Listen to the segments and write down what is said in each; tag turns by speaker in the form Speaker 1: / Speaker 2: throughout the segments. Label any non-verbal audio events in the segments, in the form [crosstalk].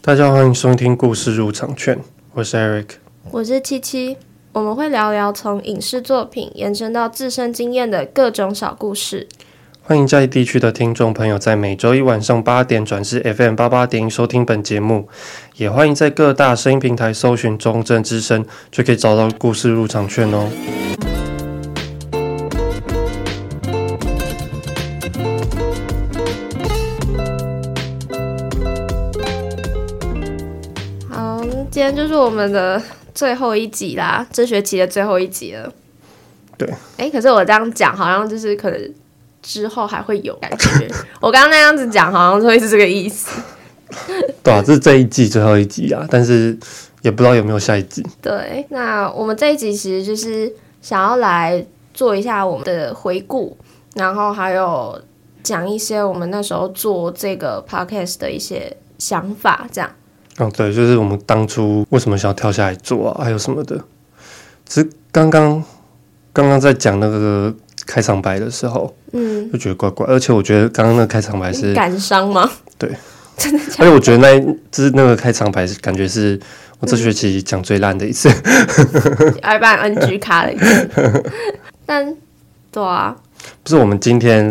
Speaker 1: 大家好欢迎收听故事入场券，我是 Eric。
Speaker 2: 我是七七，我们会聊聊从影视作品延伸到自身经验的各种小故事。
Speaker 1: 欢迎在地区的听众朋友在每周一晚上八点转至 FM 八八点收听本节目，也欢迎在各大声音平台搜寻“中正之声”，就可以找到故事入场券哦。
Speaker 2: 好，今天就是我们的最后一集啦，这学期的最后一集了。
Speaker 1: 对。
Speaker 2: 哎、可是我这样讲，好像就是可能之后还会有感觉。我刚刚那样子讲，好像会是这个意思。
Speaker 1: 对啊，这是这一季最后一集啊，但是也不知道有没有下一季。
Speaker 2: 对，那我们这一集其实就是想要来做一下我们的回顾，然后还有讲一些我们那时候做这个 podcast 的一些想法，这样。
Speaker 1: 哦，对，就是我们当初为什么想要跳下来做啊，还有什么的。只是刚刚刚刚在讲那个开场白的时候，
Speaker 2: 嗯，
Speaker 1: 就觉得怪怪，而且我觉得刚刚那个开场白是
Speaker 2: 感伤吗？
Speaker 1: [laughs] 对，
Speaker 2: [laughs] 真的假
Speaker 1: [laughs] 而且我觉得那一就是那个开场白，是感觉是我这学期讲最烂的一次。
Speaker 2: 嗯的？二班 NG 卡了一次， [laughs] 但对啊，
Speaker 1: [laughs] 不是我们今天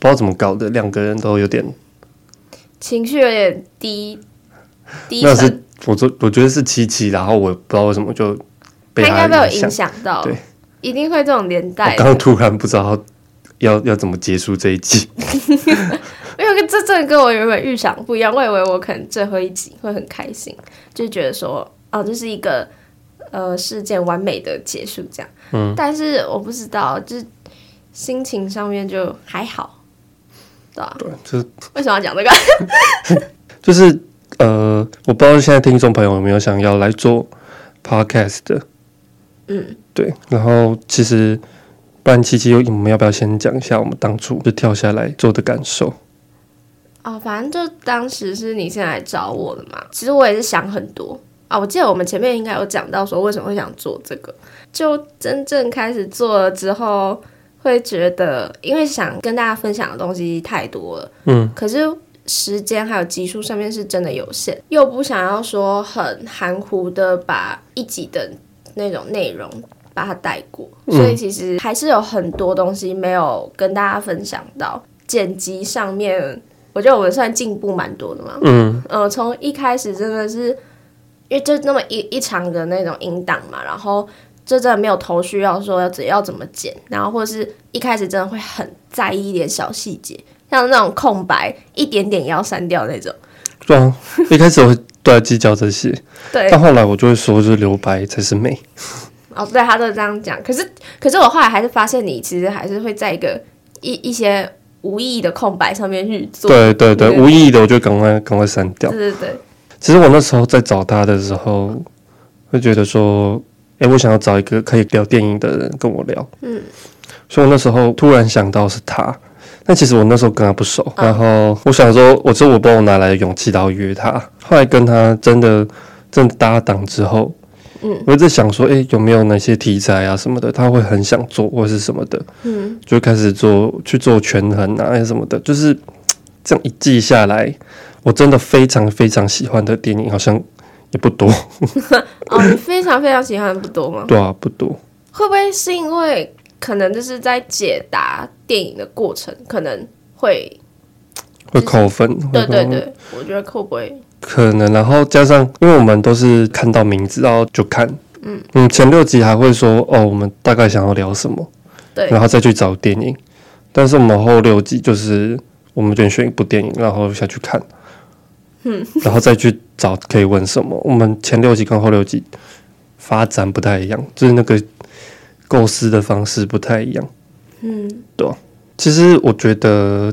Speaker 1: 不知道怎么搞的，两个人都有点，
Speaker 2: 情绪有点低低
Speaker 1: 那
Speaker 2: 沉，
Speaker 1: 是我做，我觉得是七七，然后我不知道为什么就被
Speaker 2: 他应该被我
Speaker 1: 影
Speaker 2: 影
Speaker 1: 响。
Speaker 2: 响到
Speaker 1: 对，
Speaker 2: 一定会这种连带
Speaker 1: 我
Speaker 2: 的
Speaker 1: 刚。刚突然不知道要 [laughs] 要怎么结束这一集， [laughs]
Speaker 2: 因为这真的跟我原本预想不一样，我以为我可能最后一集会很开心，就觉得说哦，这是一个呃事件完美的结束这样。嗯，但是我不知道，就是心情上面就还好，对啊，
Speaker 1: 对，就是
Speaker 2: 为什么要讲这个？ [laughs]
Speaker 1: 就是呃，我不知道现在听众朋友有没有想要来做 podcast 的，
Speaker 2: 嗯，
Speaker 1: 对，然后其实。不然，七七，我们要不要先讲一下我们当初就跳下来做的感受？
Speaker 2: 哦，反正就当时是你先来找我的嘛。其实我也是想很多啊，我记得我们前面应该有讲到说为什么会想做这个，就真正开始做了之后，会觉得因为想跟大家分享的东西太多了，
Speaker 1: 嗯，
Speaker 2: 可是时间还有集数上面是真的有限，又不想要说很含糊的把一集的那种内容。把它带过，
Speaker 1: 嗯
Speaker 2: 所以其实还是有很多东西没有跟大家分享到。剪辑上面我觉得我们算进步蛮多的嘛。
Speaker 1: 嗯，
Speaker 2: 呃，从一开始真的是，因为就那么一一场的那种音档嘛，然后就真的没有头绪，要说要怎要怎么剪，然后或者是一开始真的会很在意一点小细节，像那种空白一点点也要删掉那种。
Speaker 1: 对啊，一开始我会都在计较这些，
Speaker 2: 对，
Speaker 1: 但后来我就会说，就是留白才是美。
Speaker 2: 哦，对，他都这样讲。可是，可是我后来还是发现，你其实还是会在一个一一些无意义的空白上面去做。
Speaker 1: 对对对，
Speaker 2: 对
Speaker 1: 无意义的我就赶快赶快删掉
Speaker 2: 对。对对，
Speaker 1: 其实我那时候在找他的时候，会觉得说，诶，我想要找一个可以聊电影的人跟我聊。嗯，所以我那时候突然想到是他，但其实我那时候跟他不熟。然后我想说，我说我不知道我哪来的勇气，然后约他。后来跟他真的真的搭档之后。嗯，我在想说，诶，有没有哪些题材啊什么的，他会很想做或是什么的，嗯，就开始做去做权衡啊，还是什么的，就是嘖这样一记下来，我真的非常非常喜欢的电影好像也不多，
Speaker 2: 哦，你非常非常喜欢不多吗？
Speaker 1: 对啊，不多。
Speaker 2: 会不会是因为可能就是在解答电影的过程，可能会
Speaker 1: 会扣分，
Speaker 2: 对
Speaker 1: 会
Speaker 2: 对
Speaker 1: 扣分
Speaker 2: 对，我觉得会不会
Speaker 1: 可能，然后加上，因为我们都是看到名字然后就看，嗯嗯，前六集还会说哦，我们大概想要聊什么，
Speaker 2: 对
Speaker 1: 然后再去找电影，但是我们后六集就是我们就选一部电影，然后下去看，嗯，然后再去找可以问什么。我们前六集跟后六集发展不太一样，就是那个构思的方式不太一样。啊
Speaker 2: 嗯
Speaker 1: 其实我觉得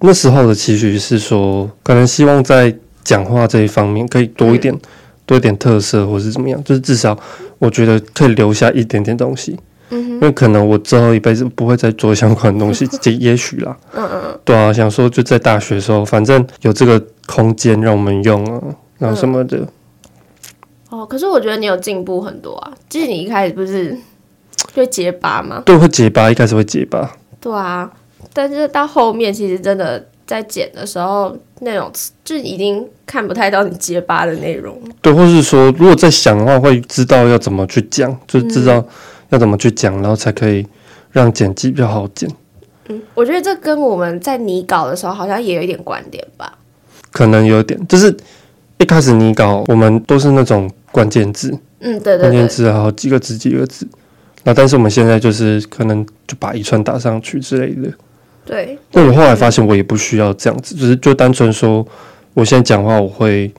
Speaker 1: 那时候的期许是说，可能希望在讲话这一方面可以多一点、
Speaker 2: 嗯
Speaker 1: 多一点特色，或是怎么样，就是至少我觉得可以留下一点点东西，
Speaker 2: 嗯
Speaker 1: 因为可能我之后一辈子不会再做相关的东西，这也许啦。
Speaker 2: 哼嗯嗯
Speaker 1: 对啊，想说就在大学的时候，反正有这个空间让我们用啊，然后什么
Speaker 2: 嗯
Speaker 1: 的，
Speaker 2: 哦，可是我觉得你有进步很多啊，就是你一开始不是就结巴吗？
Speaker 1: 对，会结巴，一开始会结巴，
Speaker 2: 对啊，但是到后面其实真的在剪的时候，那种就已经看不太到你结巴的内容。
Speaker 1: 对，或是说如果在想的话，会知道要怎么去讲，就知道要怎么去讲，然后才可以让剪辑比较好剪。
Speaker 2: 嗯，我觉得这跟我们在拟稿的时候好像也有一点关联吧。
Speaker 1: 可能有点，就是一开始你搞，我们都是那种关键字，
Speaker 2: 嗯，对对
Speaker 1: 关键
Speaker 2: 对，
Speaker 1: 字啊好几个字几个字。那但是我们现在就是可能就把一串打上去之类的。
Speaker 2: 对，
Speaker 1: 但我后来发现我也不需要这样子，只是就单纯说，我现在讲话我会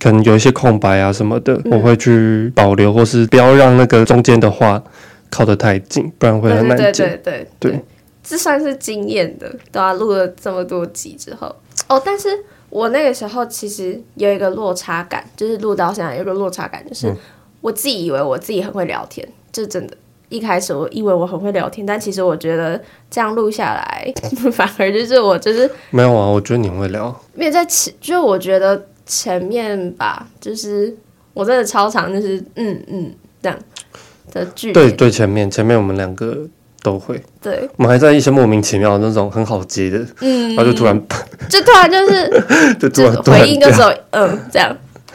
Speaker 1: 可能有一些空白啊什么的，
Speaker 2: 嗯
Speaker 1: 我会去保留，或是不要让那个中间的话靠得太近，不然会
Speaker 2: 对
Speaker 1: 很难
Speaker 2: 对对
Speaker 1: 剪。
Speaker 2: 对对
Speaker 1: 对
Speaker 2: 对，这算是经验的，对啊，录了这么多集之后，哦，但是我那个时候其实有一个落差感，就是录到现在有一个落差感，
Speaker 1: 嗯
Speaker 2: 就是我自己以为我自己很会聊天，这真的。一开始我以为我很会聊天，但其实我觉得这样录下来， [laughs] 反而就是我就是
Speaker 1: 没有啊，我觉得你很会聊，
Speaker 2: 没有在前，就我觉得前面吧，就是我真的超常就是嗯嗯这样的句
Speaker 1: 对
Speaker 2: 点，
Speaker 1: 对，前面前面我们两个都会，
Speaker 2: 对，
Speaker 1: 我们还在一些莫名其妙的那种很好接的，
Speaker 2: 嗯
Speaker 1: 然，后就突然
Speaker 2: 就突然就是
Speaker 1: [laughs] 就突
Speaker 2: 就
Speaker 1: 然
Speaker 2: 是
Speaker 1: 突然
Speaker 2: 回应就只有嗯这样， [laughs]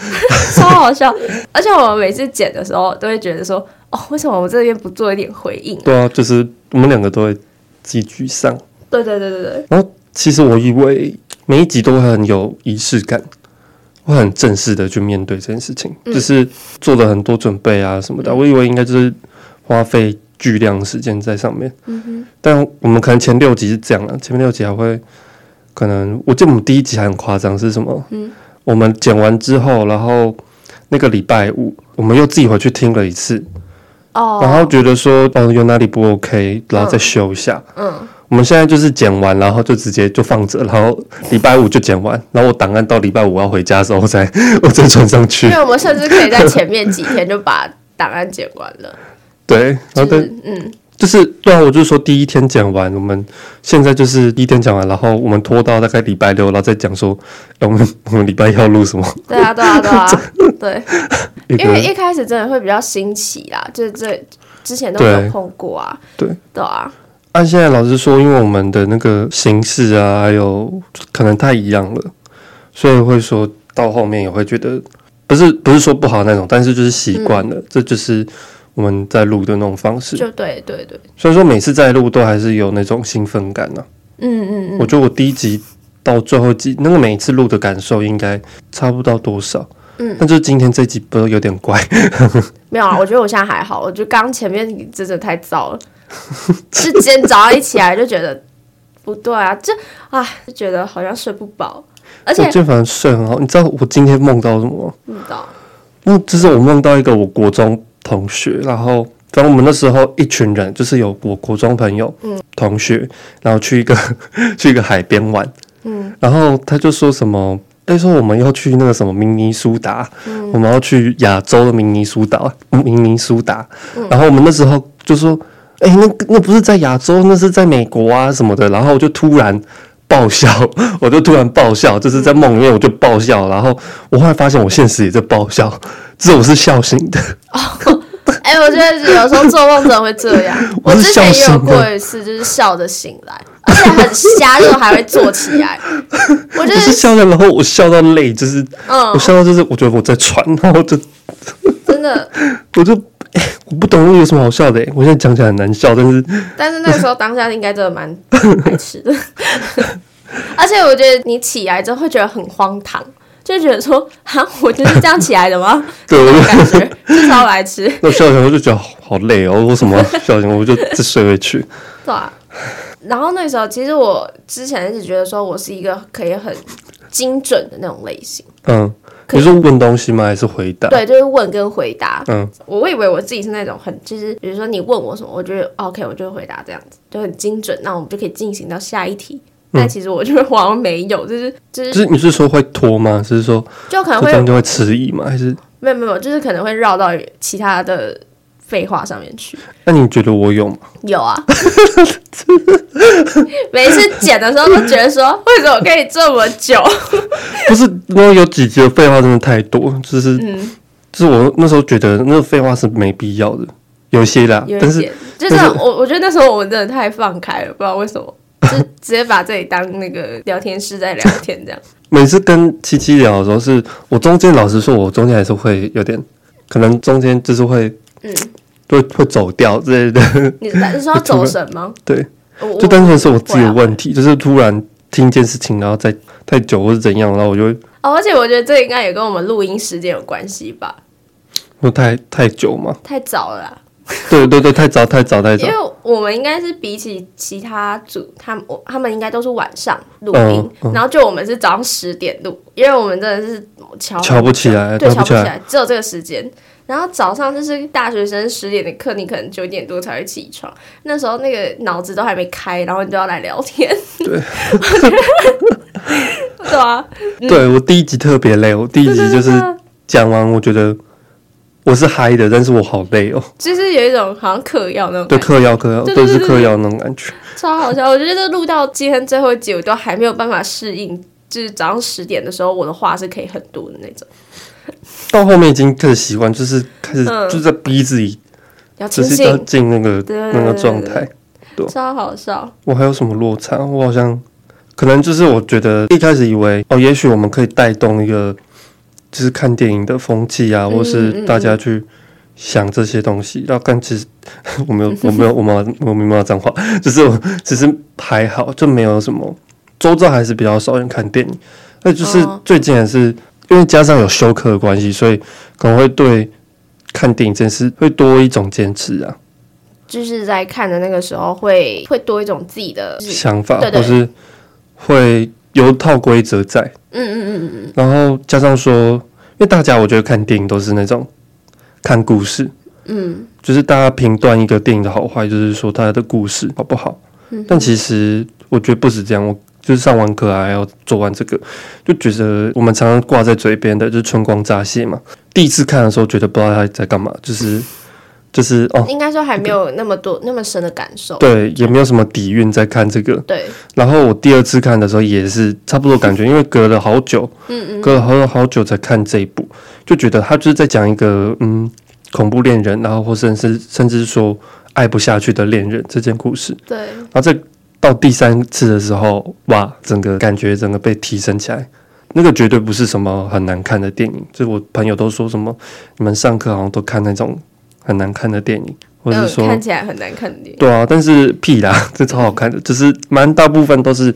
Speaker 2: 超好笑。而且我每次剪的时候都会觉得说，哦，为什么我这边不做一点回应啊？
Speaker 1: 对啊，就是我们两个都会自己沮丧。
Speaker 2: 对对对对对，
Speaker 1: 然后其实我以为每一集都会很有仪式感，会很正式的去面对这件事情，
Speaker 2: 嗯
Speaker 1: 就是做了很多准备啊什么的。我以为应该就是花费巨量时间在上面，
Speaker 2: 嗯哼，
Speaker 1: 但我们可能前六集是这样了，前面六集还会可能，我记得我们第一集还很夸张，是什么？
Speaker 2: 嗯，
Speaker 1: 我们剪完之后，然后那个礼拜五，我们又自己回去听了一次，
Speaker 2: 哦，
Speaker 1: 然后觉得说哦有哪里不 OK，然后再修一下。
Speaker 2: 嗯，
Speaker 1: 我们现在就是剪完，然后就直接就放着，然后礼拜五就剪完，然后我档案到礼拜五我要回家的时候我再 [laughs] 我再传上去
Speaker 2: 因为。我们甚至可以在前面几天就把档案剪完
Speaker 1: [laughs]
Speaker 2: 了，
Speaker 1: 哦对，然后
Speaker 2: 就
Speaker 1: 但
Speaker 2: 是嗯，
Speaker 1: 就是对啊，我就说第一天剪完，我们现在就是第一天剪完，然后我们拖到大概礼拜六，然后再讲说，哎我们 [laughs] 我们礼拜一要录什么？
Speaker 2: 对啊对啊
Speaker 1: [laughs]
Speaker 2: 对啊，对。
Speaker 1: 一
Speaker 2: 因为
Speaker 1: 个
Speaker 2: 一开始真的会比较新奇啦，就是这之前都没
Speaker 1: 对
Speaker 2: 有碰过啊，
Speaker 1: 对
Speaker 2: 对啊，
Speaker 1: 按现在老实说，因为我们的那个形式啊，还有可能太一样了，所以会说到后面也会觉得不是不是说不好那种，但是就是习惯了，这就是我们在录的那种方式。
Speaker 2: 嗯就对对对，
Speaker 1: 虽然说每次在录都还是有那种兴奋感呢、
Speaker 2: 嗯嗯
Speaker 1: 我觉得我第一集到最后集，那个每一次录的感受应该差不到多少。
Speaker 2: 嗯
Speaker 1: 但就是今天这集不有点怪，
Speaker 2: 嗯，没有啊，我觉得我现在还好，我觉得刚前面真的太燥
Speaker 1: [laughs]
Speaker 2: 了，是今天早上一起来就觉得不对啊，这啊就觉得好像睡不饱，而
Speaker 1: 我
Speaker 2: 且
Speaker 1: 今天反正睡很好。你知道我今天梦到什么吗？
Speaker 2: 不知道，
Speaker 1: 嗯，就是我梦到一个我国中同学，然后反正我们那时候一群人，就是有我国中朋友、
Speaker 2: 嗯
Speaker 1: 同学，然后去一个 [laughs] 去一个海边玩，
Speaker 2: 嗯
Speaker 1: 然后他就说什么，他说我们要去那个什么明尼苏达，我们要去亚洲的明尼苏达，明尼苏达，然后我们那时候就说，哎、那个那不是在亚洲，那是在美国啊什么的，然后我就突然。爆笑， [laughs] 我就突然爆笑，就是在梦里面我就爆笑，然后我后来发现我现实也在爆笑，只有我是笑醒的，，
Speaker 2: 哎、我觉得有时候做梦真的会这样
Speaker 1: [laughs] 我
Speaker 2: 我
Speaker 1: 是
Speaker 2: 之前也
Speaker 1: 笑
Speaker 2: 有
Speaker 1: 醒的
Speaker 2: 过一次，就是笑着醒来，而且很瞎，就是还会坐起
Speaker 1: [laughs]
Speaker 2: 来，我就
Speaker 1: 我是
Speaker 2: 是
Speaker 1: 笑的，然后我笑到累，就是、
Speaker 2: 嗯
Speaker 1: 我，笑到就是我觉得我在喘，然后我就
Speaker 2: 真的。
Speaker 1: 我就、哎，我不懂有什么好笑的、我现在讲起来很难笑，但是
Speaker 2: 但是那个时候当下应该真的蛮 [laughs] 白痴的，而且我觉得你起来之后会觉得很荒唐，就觉得说啊，我就是这样起来的吗？
Speaker 1: [laughs] 对我就
Speaker 2: 那种感觉就超白痴，
Speaker 1: 那笑醒我就觉得好好累哦，我什么笑醒我就再睡回去。
Speaker 2: 对啊。然后那时候其实我之前一直觉得说我是一个可以很精准的那种类型，
Speaker 1: 嗯，
Speaker 2: 可
Speaker 1: 你是问东西吗？还是回答？
Speaker 2: 对，就是问跟回答。
Speaker 1: 嗯，
Speaker 2: 我以为我自己是那种很，就是比如说你问我什么，我觉得哦 OK，我就会回答这样子，就很精准，那我们就可以进行到下一题。但
Speaker 1: 嗯
Speaker 2: 其实我就是好像没有，就是就是
Speaker 1: 就是你是说会拖吗？是说
Speaker 2: 就可能
Speaker 1: 就
Speaker 2: 啊会
Speaker 1: 这样就会迟疑吗？还是
Speaker 2: 没有没有，就是可能会绕到其他的废话上面去。
Speaker 1: 那你觉得我有吗？
Speaker 2: [laughs] 有啊， [laughs] 每一次剪的时候都觉得说，为什么我可以这么久？
Speaker 1: 不是，那有几集的废话真的太多，就是、
Speaker 2: 嗯
Speaker 1: 就是我那时候觉得那个废话是没必要的，有一些啦，
Speaker 2: [laughs] 有
Speaker 1: 但
Speaker 2: 一
Speaker 1: 是
Speaker 2: 点，就是
Speaker 1: 但是
Speaker 2: 我我觉得那时候我们真的太放开了，不知道为什么。就直接把这里当那个聊天室在聊天
Speaker 1: [laughs]
Speaker 2: 这样。
Speaker 1: 每次跟七七聊的时候是，我中间老实说，我中间还是会有点，可能中间就是会
Speaker 2: 嗯，
Speaker 1: 会会走掉之类的， [laughs]
Speaker 2: 你你说要走神吗？
Speaker 1: 对，
Speaker 2: 我
Speaker 1: 就单纯是我自己的。
Speaker 2: 我不会啊
Speaker 1: 问题，就是突然听一件事情，然后再太久或是怎样，然后我就会
Speaker 2: 啊哦，而且我觉得这应该也跟我们录音时间有关系吧，
Speaker 1: 我太太久嘛， [laughs]
Speaker 2: 太早了啊啦，
Speaker 1: 对对对，太早太早太
Speaker 2: 因
Speaker 1: 早
Speaker 2: 为，我们应该是比起其他组，他们我他们应该都是晚上录
Speaker 1: 嗯
Speaker 2: 音，
Speaker 1: 嗯
Speaker 2: 然后就我们是早上十点录，因为我们真的是瞧
Speaker 1: 瞧不起来，
Speaker 2: 对，
Speaker 1: 瞧不
Speaker 2: 瞧不起
Speaker 1: 起来，
Speaker 2: 来，只有这个时间。然后早上就是大学生十点的课，你可能九点多才会起床，那时候那个脑子都还没开，然后你就要来聊天。 [laughs] 对，对啊，
Speaker 1: 对我第一集特别累，我 [laughs] 第一
Speaker 2: 对
Speaker 1: 集
Speaker 2: 对啊
Speaker 1: 就是
Speaker 2: 对对
Speaker 1: 讲完，我觉得我是嗨的，但是我好累哦，
Speaker 2: 就是有一种好像嗑药那种
Speaker 1: 对，
Speaker 2: 感觉，
Speaker 1: 嗑药嗑药，
Speaker 2: [laughs] 对
Speaker 1: 对
Speaker 2: 对对
Speaker 1: 是
Speaker 2: 对
Speaker 1: 嗑药那种感觉，
Speaker 2: 超好笑。我觉得录到今天最后一集，我都还没有办法适应，就是早上十点的时候，我的话是可以很多的那种，
Speaker 1: 到后面已经开始习惯，就是开始
Speaker 2: 嗯
Speaker 1: 就是在逼自己，
Speaker 2: 要清
Speaker 1: 只是要
Speaker 2: 醒，
Speaker 1: 进那个
Speaker 2: 对对
Speaker 1: 那个
Speaker 2: 对
Speaker 1: 状
Speaker 2: 对
Speaker 1: 态。
Speaker 2: 超好笑。
Speaker 1: 我还有什么落差？我好像可能就是我觉得一开始以为哦，也许我们可以带动一个就是看电影的风气啊，
Speaker 2: 嗯
Speaker 1: 或是大家去想这些东西。然后但其实我
Speaker 2: [laughs]
Speaker 1: 没有，我没有，我没有，我没有脏话，只是我只是还好，就没有什么周遭还是比较少人看电影。那就是
Speaker 2: 哦
Speaker 1: 最近也是因为加上有休课的关系，所以可能会对看电影这件事会多一种坚持啊。
Speaker 2: 就是在看的那个时候会会多一种自己的，嗯就是
Speaker 1: 想法，
Speaker 2: 对对
Speaker 1: 或是会有一套规则在。嗯嗯嗯嗯。然后加上说，因为大家我觉得看电影都是那种看故事，嗯，就是大家评断一个电影的好坏，就是说它的故事好不好。但其实我觉得不止这样，我就是上完课还要做完这个，就觉得我们常常挂在嘴边的就是春光乍泄嘛。第一次看的时候觉得不知道他在干嘛，就是就是哦，
Speaker 2: 应该说还没有那么多那么深的感受。
Speaker 1: 对，也没有什么底蕴在看这个。
Speaker 2: 对，
Speaker 1: 然后我第二次看的时候也是差不多感觉，因为隔了好久，隔了好好久才看这一部，就觉得他就是在讲一个嗯恐怖恋人，然后或甚至甚至说爱不下去的恋人这件故事。
Speaker 2: 对，
Speaker 1: 然后再到第三次的时候，哇，整个感觉整个被提升起来。那个绝对不是什么很难看的电影，就我朋友都说什么你们上课好像都看那种很难看的电影，或者
Speaker 2: 嗯
Speaker 1: 是说、
Speaker 2: 看起来很难看的电影。
Speaker 1: 对啊，但是屁啦， [laughs] 这超好看的，就是蛮大部分都是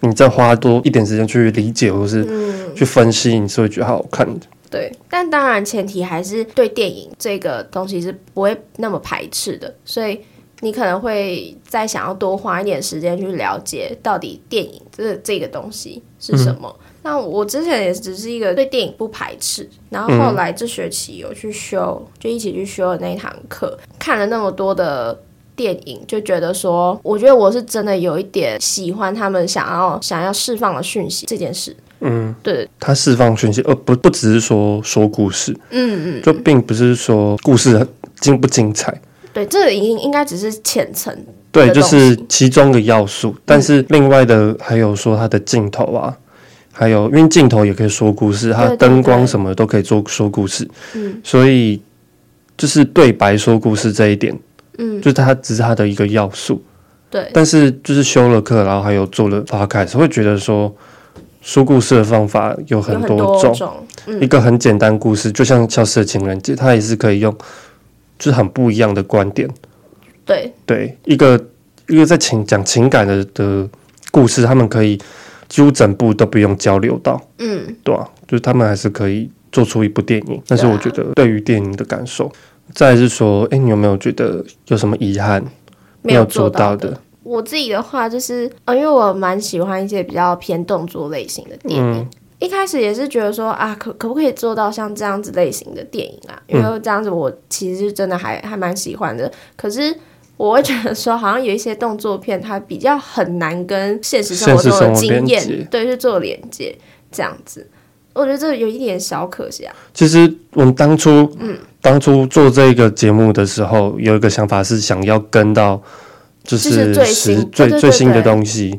Speaker 1: 你再花多一点时间去理解或是
Speaker 2: 嗯，
Speaker 1: 去分析，你是会觉得它好看的。
Speaker 2: 对，但当然前提还是对电影这个东西是不会那么排斥的，所以你可能会再想要多花一点时间去了解到底电影这这个东西是什么。那我之前也只是一个对电影不排斥，然后后来这学期有去修，就一起去修的那一堂课，看了那么多的电影，就觉得说，我觉得我是真的有一点喜欢他们想要想要释放的讯息这件事。嗯，对，
Speaker 1: 它释放讯息，而不不只是说说故事，
Speaker 2: 嗯嗯。
Speaker 1: 就并不是说故事很精不精彩，
Speaker 2: 对，这个已经应该只是浅层。
Speaker 1: 对，
Speaker 2: 的
Speaker 1: 就
Speaker 2: 东西嗯
Speaker 1: 是其中的要素。但是另外的还有说它的镜头啊，还有因为镜头也可以说故事，它
Speaker 2: 对对
Speaker 1: 灯光
Speaker 2: 对
Speaker 1: 什么都可以做说故事，
Speaker 2: 嗯
Speaker 1: 所以就是对白说故事这一点，
Speaker 2: 嗯，
Speaker 1: 就是它只是它的一个要素。
Speaker 2: 对
Speaker 1: 但是就是修了课，然后还有做了 podcast，会觉得说说故事的方法有
Speaker 2: 有
Speaker 1: 很
Speaker 2: 很
Speaker 1: 多种，
Speaker 2: 种。嗯
Speaker 1: 一个很简单故事，就像《消失的情人节》，它也是可以用就是很不一样的观点，
Speaker 2: 对
Speaker 1: 对一个一个在情讲情感的的故事，他们可以几乎整部都不用交流到，
Speaker 2: 嗯，啊
Speaker 1: 对啊，就是他们还是可以做出一部电影。但是我觉得对于电影的感受，再来是说，哎，你有没有觉得有什么遗憾
Speaker 2: 没
Speaker 1: 有
Speaker 2: 做
Speaker 1: 做到
Speaker 2: 的。？我自己的话就是，呃，因为我蛮喜欢一些比较偏动作类型的
Speaker 1: 嗯
Speaker 2: 电影。一开始也是觉得说啊，可可不可以做到像这样子类型的电影啊？因
Speaker 1: 嗯
Speaker 2: 为这样子我其实是真的还还蛮喜欢的。可是我会觉得说，好像有一些动作片它比较很难跟现实生活中的
Speaker 1: 现实生活
Speaker 2: 经
Speaker 1: 连接
Speaker 2: 验对去做连接，这样子，我觉得这有一点小可惜啊。
Speaker 1: 其实我们当初，
Speaker 2: 嗯
Speaker 1: 当初做这个节目的时候，有一个想法是想要跟到，就
Speaker 2: 就是
Speaker 1: 是
Speaker 2: 最
Speaker 1: 时
Speaker 2: 新
Speaker 1: 最
Speaker 2: 对对
Speaker 1: 最新的
Speaker 2: 对对
Speaker 1: 东西。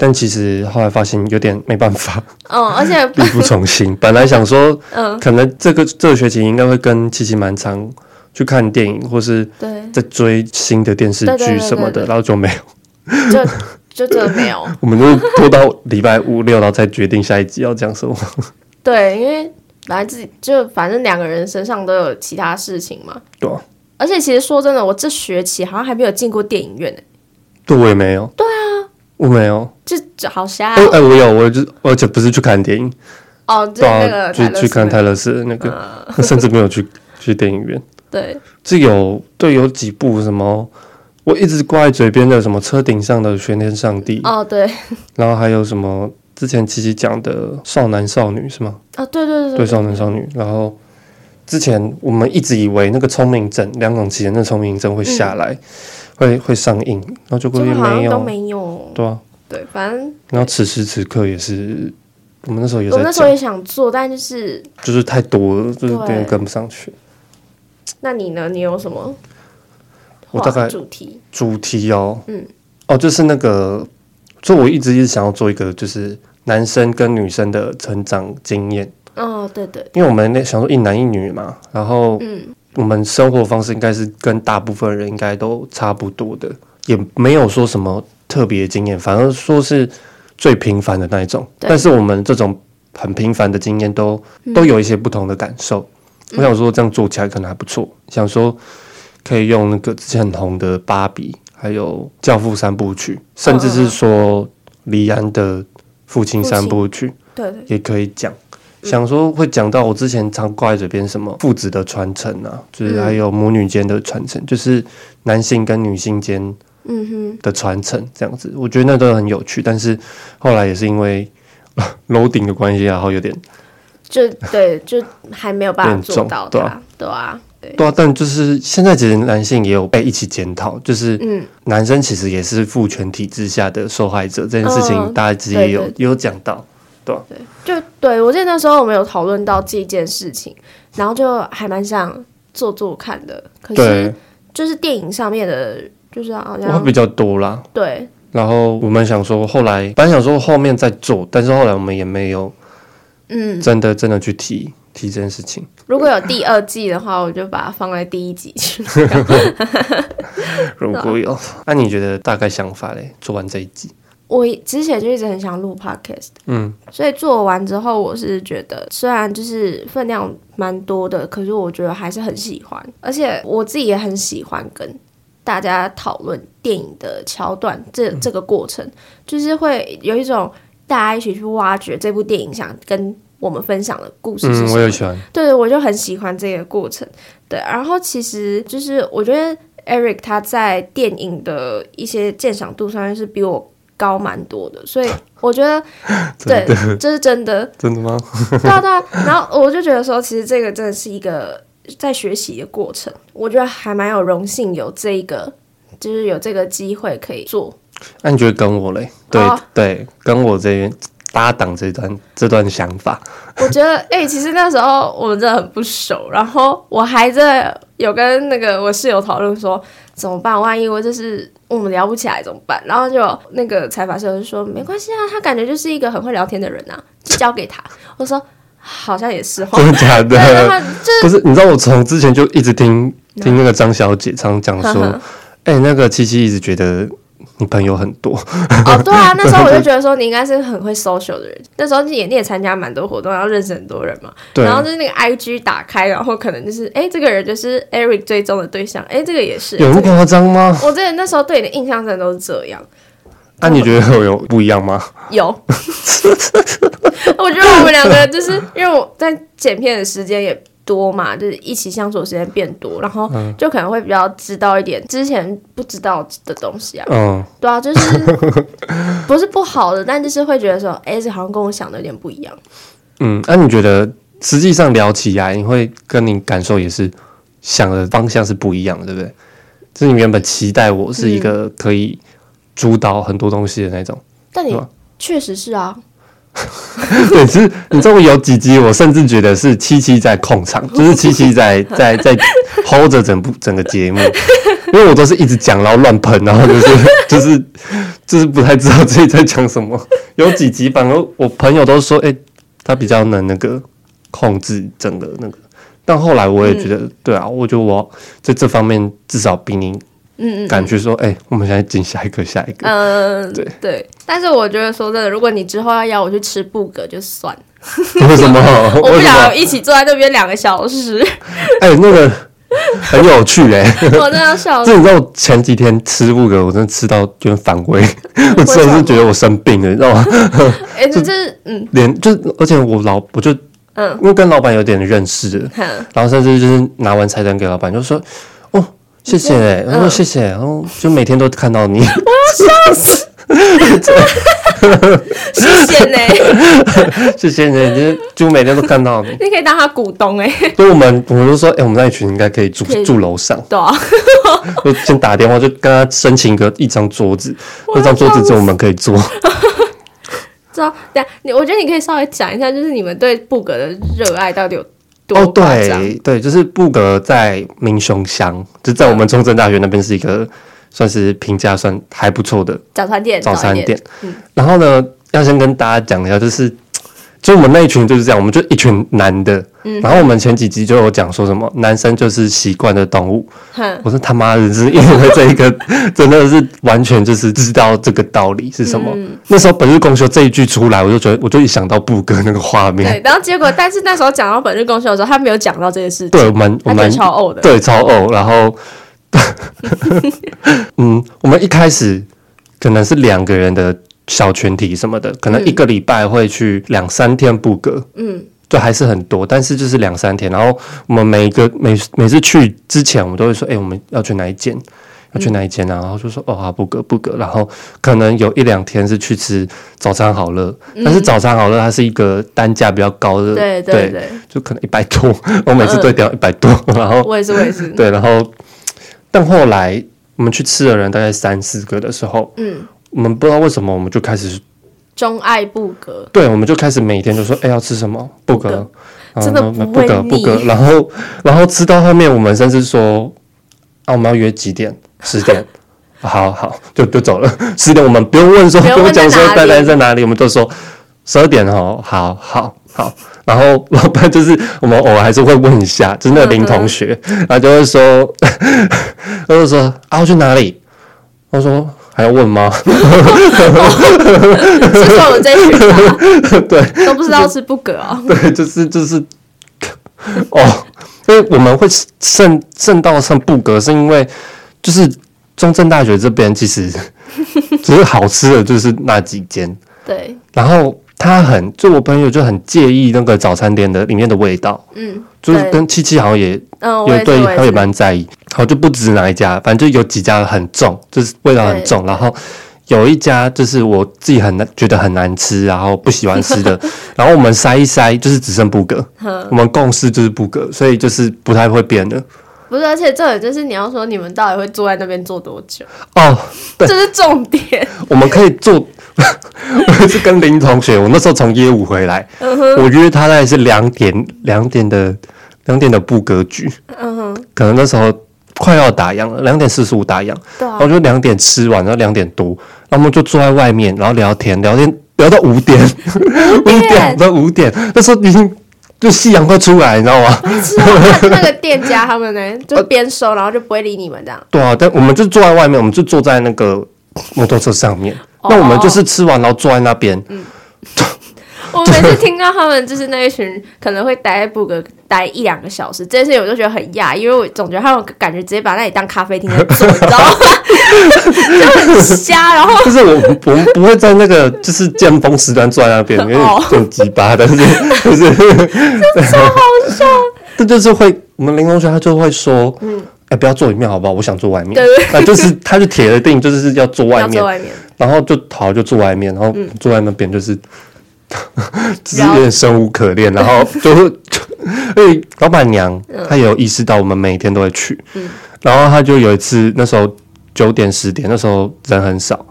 Speaker 1: 但其实后来发现有点没办法，
Speaker 2: 嗯，
Speaker 1: [laughs]
Speaker 2: 而且
Speaker 1: 力不从心。本来想说，
Speaker 2: 嗯，
Speaker 1: 可能这个这个学期应该会跟七七蛮常去看电影，或是
Speaker 2: 对，
Speaker 1: 在追新的电视
Speaker 2: 对对
Speaker 1: 剧
Speaker 2: 对
Speaker 1: 什么
Speaker 2: 对
Speaker 1: 的，
Speaker 2: 对
Speaker 1: 然后就没有。
Speaker 2: 就就真的没有。
Speaker 1: [laughs] 我们就是拖到 [laughs] 礼拜五六，然后再决定下一集要讲什么。
Speaker 2: 对，因为本来自己就反正两个人身上都有其他事情嘛。
Speaker 1: 对啊，
Speaker 2: 而且其实说真的，我这学期好像还没有进过电影院呢、
Speaker 1: 对我也没有。对啊，我没有。
Speaker 2: 就就好瞎
Speaker 1: 哎、
Speaker 2: 哦、
Speaker 1: 哎，我有，我就而且不是去看电影，
Speaker 2: 哦，就是
Speaker 1: 对
Speaker 2: 那
Speaker 1: 啊，
Speaker 2: 个
Speaker 1: 去
Speaker 2: 泰勒
Speaker 1: 去看
Speaker 2: 斯
Speaker 1: 泰勒斯的那个， [laughs] 甚至没有去去电影院。
Speaker 2: 对，
Speaker 1: 这有对有几部什么，我一直挂在嘴边的什么《车顶上的悬天上帝》
Speaker 2: 哦对，
Speaker 1: 然后还有什么之前琪琪讲的《少男少女》是吗？
Speaker 2: 哦对对
Speaker 1: 对，《少男少女》。然后之前我们一直以为那个聪明症，梁咏琪的那聪明症会下来，会会上映，然后结果
Speaker 2: 就
Speaker 1: 也
Speaker 2: 嗯好像
Speaker 1: 没
Speaker 2: 都
Speaker 1: 有，
Speaker 2: 没有。
Speaker 1: 对啊。
Speaker 2: 对，反正
Speaker 1: 然后此时此刻也是，我们那时候也
Speaker 2: 我
Speaker 1: 在
Speaker 2: 那时候
Speaker 1: 讲，
Speaker 2: 也想做，但就是
Speaker 1: 就是太多了，就是有
Speaker 2: 对
Speaker 1: 点跟不上去。
Speaker 2: 嗯那你呢？你有什么？
Speaker 1: 我大概
Speaker 2: 主题
Speaker 1: 主题哦，
Speaker 2: 嗯，
Speaker 1: 哦，就是那个，就我一直一直想要做一个，就是男生跟女生的成长经验，
Speaker 2: 哦，对对，
Speaker 1: 因为我们那想说一男一女嘛，然后，我们生活方式应该是跟大部分人应该都差不多的，也没有说什么特别经验，反而说是最平凡的那一种，
Speaker 2: 对
Speaker 1: 但是我们这种很平凡的经验都都有一些不同的感受，我想说这样做起来可能还不错，想说可以用那个之前很红的《芭比》，还有《教父》三部曲，甚至是说黎安的《父亲三部曲》
Speaker 2: 对对，
Speaker 1: 也可以讲。
Speaker 2: 嗯
Speaker 1: 想说会讲到我之前常挂在嘴边什么父子的传承啊，
Speaker 2: 嗯
Speaker 1: 就是还有母女间的传承，就是男性跟女性间
Speaker 2: 嗯哼，
Speaker 1: 的传承这样子，我觉得那都很有趣。但是后来也是因为 [laughs] 楼顶的关系啊，然后有点
Speaker 2: 就对，就还没有办法
Speaker 1: 变
Speaker 2: 做
Speaker 1: 重
Speaker 2: 到
Speaker 1: 对
Speaker 2: 它，
Speaker 1: 啊
Speaker 2: 对啊，对，
Speaker 1: 对啊，但就是现在其实男性也有被一起检讨，就是
Speaker 2: 嗯
Speaker 1: 男生其实也是父权体制下的受害者这件事情，
Speaker 2: 嗯
Speaker 1: 大家其实
Speaker 2: 对
Speaker 1: 也有
Speaker 2: 对
Speaker 1: 也有讲到。
Speaker 2: 就对我记得那时候我们有讨论到这件事情，然后就还蛮想做做看的，可
Speaker 1: 对
Speaker 2: 是，就是电影上面的，就是好
Speaker 1: 会
Speaker 2: 像
Speaker 1: 比较多啦。
Speaker 2: 对
Speaker 1: 然后我们想说，后来本来想说后面再做，但是后来我们也没有，嗯，真的真的去提提这件事情。
Speaker 2: 如果有第二季的话，我就把它放在第一集去。
Speaker 1: 如果有，那、你觉得大概想法嘞？做完这一集，
Speaker 2: 我之前就一直很想录 podcast，
Speaker 1: 嗯，
Speaker 2: 所以做完之后，我是觉得虽然就是分量蛮多的，可是我觉得还是很喜欢，而且我自己也很喜欢跟大家讨论电影的桥段这
Speaker 1: 嗯
Speaker 2: 这个过程，就是会有一种大家一起去挖掘这部电影想跟我们分享的故事是
Speaker 1: 嗯，
Speaker 2: 什
Speaker 1: 我
Speaker 2: 么
Speaker 1: 也喜欢，
Speaker 2: 对，我就很喜欢这个过程。对，然后其实就是我觉得 Eric 他在电影的一些鉴赏度上面是比我高蛮多的，所以我觉 [laughs] 得对，这是真的。
Speaker 1: 真的吗？
Speaker 2: 对啊对啊，然后我就觉得说，其实这个真的是一个在学习的过程，我觉得还蛮有荣幸有这一个，就是有这个机会可以做。
Speaker 1: 那、你觉得跟我嘞？对、
Speaker 2: 好
Speaker 1: 对，跟我这边搭档这段这段想法，
Speaker 2: [laughs] 我觉得，哎、其实那时候我们真的很不熟，然后我还在有跟那个我室友讨论说怎么办，万一我就是我们聊不起来怎么办？然后就那个财阀室友就说没关系啊，他感觉就是一个很会聊天的人啊，就交给他。我说好像也是哈，
Speaker 1: 真的假 [laughs]
Speaker 2: 对，然后
Speaker 1: 的？
Speaker 2: 他就
Speaker 1: 哦不是，嗯你知道我从之前就一直听听那个张小姐常讲
Speaker 2: 呵
Speaker 1: [laughs] 说，
Speaker 2: 呵
Speaker 1: 哎、那个七七一直觉得你朋友很多，
Speaker 2: 哦，对啊，那时候我就觉得说你应该是很会 social 的人，那时候你也你也参加蛮多活动，然后认识很多人嘛。
Speaker 1: 对，
Speaker 2: 然后就是那个 IG 打开，然后可能就是哎、这个人就是 Eric 追踪的对象，哎、这个也是，
Speaker 1: 有那么夸张吗？
Speaker 2: [laughs] 我真的那时候对你的印象真的都是这样，
Speaker 1: 那、你觉得我有不一样吗？
Speaker 2: 有。 [laughs] 我觉得我们两个就是因为我在剪片的时间也多嘛，就是一起相处的时间变多，然后
Speaker 1: 嗯
Speaker 2: 就可能会比较知道一点之前不知道的东西啊。
Speaker 1: 嗯，
Speaker 2: 对啊，就是
Speaker 1: [laughs]
Speaker 2: 不是不好的，但就是会觉得说，哎、这好像跟我想的有点不一样。
Speaker 1: 嗯，那、你觉得实际上聊起来，你会跟你感受也是想的方向是不一样的，对不对？就是你原本期待我是一个可以主导很多东西的那种，
Speaker 2: 但你
Speaker 1: 对啊
Speaker 2: 确实是啊，
Speaker 1: [laughs] 对，是你知道我有几集，我甚至觉得是七七在控场，就是七七在在在 hold 着整部整个节目，因为我都是一直讲，然后乱喷，然后就是就是就是不太知道自己在讲什么。有几集反而我朋友都说，哎、他比较能那个控制整个那个，但后来我也觉得，对啊，我觉得我在这方面至少比你嗯嗯，敢去说，哎、我们现在进下一个，下一个，
Speaker 2: 嗯，
Speaker 1: 对
Speaker 2: 但是我觉得说真的，如果你之后要邀我去吃布格，就算了，
Speaker 1: 为什么？
Speaker 2: 我不
Speaker 1: 为什
Speaker 2: 想
Speaker 1: 么？
Speaker 2: 一起坐在那边两个小时， [laughs]
Speaker 1: 哎、那个很有趣哎、
Speaker 2: 我真的要笑死。
Speaker 1: 这你知道，我前几天吃布格，我真的吃到有点反胃，[laughs]
Speaker 2: 嗯
Speaker 1: 我真的是觉得我生病了，你知
Speaker 2: [laughs]
Speaker 1: 道吗？
Speaker 2: 哎、这这
Speaker 1: [laughs]
Speaker 2: 嗯
Speaker 1: 连就是，而且我老我就
Speaker 2: 嗯，
Speaker 1: 因为跟老板有点认识了，
Speaker 2: 哼
Speaker 1: 然后甚至就是拿完菜单给老板，就说哦谢谢，然后
Speaker 2: 嗯
Speaker 1: 谢谢，然后就每天都看到你，
Speaker 2: 谢谢呢，
Speaker 1: [laughs] 谢谢你，就是就每天都看
Speaker 2: [laughs]
Speaker 1: 到你。
Speaker 2: 你可以当他股
Speaker 1: [laughs]
Speaker 2: 东哎、
Speaker 1: 所以我们我们就说，哎、我们那一群应该可以住
Speaker 2: 可以
Speaker 1: 住楼上，
Speaker 2: 对 [laughs] 啊，
Speaker 1: 就先打电话就跟他申请个一张桌子，那张桌子只有我们可以坐。
Speaker 2: 知道？对啊，你我觉得你可以稍微讲一下，就是你们对布格的热爱到底有多
Speaker 1: 哦，
Speaker 2: 夸张？
Speaker 1: 对对，就是布格在民雄乡，就在我
Speaker 2: 嗯
Speaker 1: 们中正大学那边是一个算是评价算还不错的
Speaker 2: 早嗯餐店，
Speaker 1: 早餐
Speaker 2: 店，
Speaker 1: 店。然后呢，要先跟大家讲一下，就是就我们那一群就是这样，我们就一群男的。
Speaker 2: 嗯
Speaker 1: 然后我们前几集就有讲说什么男生就是习惯的动物，
Speaker 2: 哼，
Speaker 1: 我说他妈的，是因为这一个 [laughs] 真的是完全就是知道这个道理是什么。
Speaker 2: 嗯
Speaker 1: 那时候本日公休这一句出来，我就觉得我就一想到布格那个画面，
Speaker 2: 对。然后结果，但是那时候讲到本日公休的时候，他没有讲到这件事情，
Speaker 1: 对我们我
Speaker 2: 他觉得
Speaker 1: 们
Speaker 2: 超呕的。
Speaker 1: 对，超呕。然
Speaker 2: [laughs]
Speaker 1: 后，嗯，我们一开始可能是两个人的小群体什么的，可能一个礼拜会去两三天布格，
Speaker 2: 嗯，
Speaker 1: 就还是很多，但是就是两三天。然后我们每一个每每次去之前，我们都会说，哎、我们要去哪一间？要
Speaker 2: 嗯
Speaker 1: 去哪一间啊？然后就说哦啊，布格布格。然后可能有一两天是去吃早餐好乐，但是早餐好乐它是一个单价比较高的，
Speaker 2: 嗯对对对，
Speaker 1: 就可能一百
Speaker 2: [laughs]
Speaker 1: 多，我每次对掉一百多，然后
Speaker 2: 嗯我也是，我也
Speaker 1: [laughs]
Speaker 2: 是。
Speaker 1: 对，然后但后来我们去吃的人大概三四个的时候，
Speaker 2: 嗯，
Speaker 1: 我们不知道为什么我们就开始，
Speaker 2: 钟爱布
Speaker 1: [laughs]
Speaker 2: 格，
Speaker 1: 对，我们就开始每天就说，哎、要吃什么？不
Speaker 2: 不
Speaker 1: 格
Speaker 2: 格，真的不
Speaker 1: 不
Speaker 2: 会
Speaker 1: 格不格，
Speaker 2: 腻
Speaker 1: 然后然后吃到后面，我们甚至说，啊，我们要约几点？十点。 [laughs] 好好，就就走了。 [laughs] 十点我们不用问说，
Speaker 2: 不
Speaker 1: 不
Speaker 2: 用问
Speaker 1: 用讲说
Speaker 2: 在哪
Speaker 1: 大
Speaker 2: 里
Speaker 1: 概在哪里，我们就说十二点哦，好好好。然后 [laughs] 老板就是我们偶尔还是会问一下，就是那个林同学，
Speaker 2: 嗯
Speaker 1: 然后就会说， [laughs] 他就说啊，要去哪里？我说还要问吗？
Speaker 2: 是说我们这一群吧
Speaker 1: 对
Speaker 2: [laughs] 都不知道是布格哦。
Speaker 1: [laughs] 对，就是就是，哦，所以我们会剩剩到剩布格，是因为就是中正大学这边其实 [laughs] 只是好吃的就是那几间，
Speaker 2: 对，
Speaker 1: 然后他很，就我朋友就很介意那个早餐店的里面的味道，
Speaker 2: 嗯，
Speaker 1: 就是
Speaker 2: 对
Speaker 1: 跟七七好像也
Speaker 2: 嗯，我也
Speaker 1: 有
Speaker 2: 是，
Speaker 1: 对，
Speaker 2: 我
Speaker 1: 他也
Speaker 2: 也是。
Speaker 1: 蛮在意。好，就不止哪一家，反正就有几家很重，就是味道很重。然后有一家就是我自己很难觉得很难吃，然后不喜欢吃
Speaker 2: [laughs]
Speaker 1: 的。然后我们筛一筛，就是只剩布格，我们共识就是布格，所以就是不太会变的。
Speaker 2: 不是，而且重点就是你要说你们到底会坐在那边坐多久，
Speaker 1: 哦，
Speaker 2: 这是重点。
Speaker 1: [laughs] 我们可以做。我是跟林同学，我那时候从耶鲁回来，
Speaker 2: 嗯
Speaker 1: 我约他大概是两点两点的两点的布格局，
Speaker 2: 嗯哼，
Speaker 1: 可能那时候快要打烊了，两点四十五打烊。
Speaker 2: 对
Speaker 1: 然
Speaker 2: 啊
Speaker 1: 后，就两点吃完，然后两点多，然后我们就坐在外面，然后聊天，聊天聊到五点，五点到五点，那时候已经就夕阳快出来，你知道吗？
Speaker 2: 是啊那那个店家他
Speaker 1: [laughs]
Speaker 2: 们呢，
Speaker 1: 呃
Speaker 2: 就边收，然后就不会理你们这样。
Speaker 1: 对啊，但我们就坐在外面，我们就坐在那个摩托车上面，那我们就是吃完然后坐在那边，
Speaker 2: 我每次听到他们就是那一群可能会待在布格待一两个小时这件事情，我就觉得很讶异，因为我总觉得他们感觉直接把那里当咖啡厅在做，你知
Speaker 1: [laughs]
Speaker 2: 道吗？就很瞎，然后 [laughs]
Speaker 1: 就是我们我们不会在那个就是尖峰时段坐在那边，因为
Speaker 2: 哦
Speaker 1: 很鸡巴，但是 [laughs] 就是
Speaker 2: 超好
Speaker 1: [laughs]
Speaker 2: 笑。
Speaker 1: 这就是会，我们林同学他就会说，嗯，哎，不要坐里面好不好？我想坐外面，
Speaker 2: 对对
Speaker 1: 那就是他就铁了定就是要坐外
Speaker 2: 要
Speaker 1: 面
Speaker 2: 坐，外面，
Speaker 1: 然后就逃就坐外面，然后坐在那边就是， [laughs] 只是
Speaker 2: 然后
Speaker 1: 有点生无可恋，然后就会，因为老板娘她也有意识到我们每天都会去，然后她就有一次那时候九点十点那时候人很少，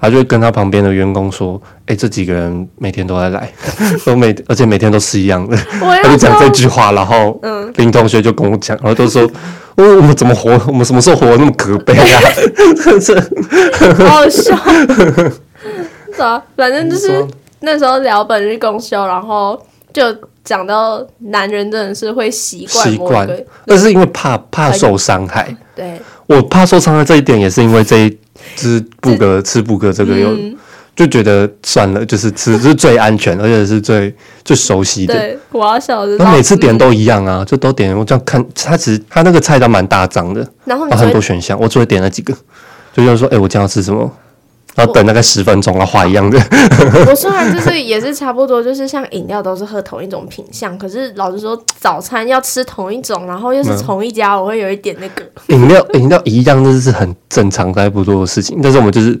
Speaker 1: 她就跟她旁边的员工说，哎、这几个人每天都在来， [laughs] 都每而且每天都是一样的，
Speaker 2: 我
Speaker 1: 她就
Speaker 2: 要
Speaker 1: 讲这
Speaker 2: 说，
Speaker 1: 句话，然后林同学就跟我讲，然后就说。哦，我们怎么活？我们什么时候活得那么可悲啊？
Speaker 2: 好好笑。 [laughs] 是啊，反正就
Speaker 1: 你
Speaker 2: 是
Speaker 1: 说
Speaker 2: 那时候聊本日公休，然后就讲到男人真的是会习惯
Speaker 1: 习
Speaker 2: 某
Speaker 1: 惯
Speaker 2: 一个，
Speaker 1: 那是因为怕怕受伤害。
Speaker 2: 对
Speaker 1: 我怕受伤的这一点也是因为这一只布格吃布格这
Speaker 2: 嗯
Speaker 1: 个有、就觉得算了，就是吃是最安全，而且是最最熟悉的。
Speaker 2: 对，我要小的。
Speaker 1: 然后每次点，都一样啊，就都点。我这样看，它其实它那个菜单蛮大张的，
Speaker 2: 然后
Speaker 1: 然后
Speaker 2: 你就
Speaker 1: 哦很
Speaker 2: 会
Speaker 1: 多选项，我只会点那几个。就就是说，哎、我今天要吃什么？然后等大概十分钟，然后画一样的。
Speaker 2: 我虽然就是也是差不多，就是像饮料都是喝同一种品相，可是老实说，早餐要吃同一种，然后又是同一家，我会有一点那个。
Speaker 1: 饮料饮料一样，这是很正常、该不做的事情。但是我们就是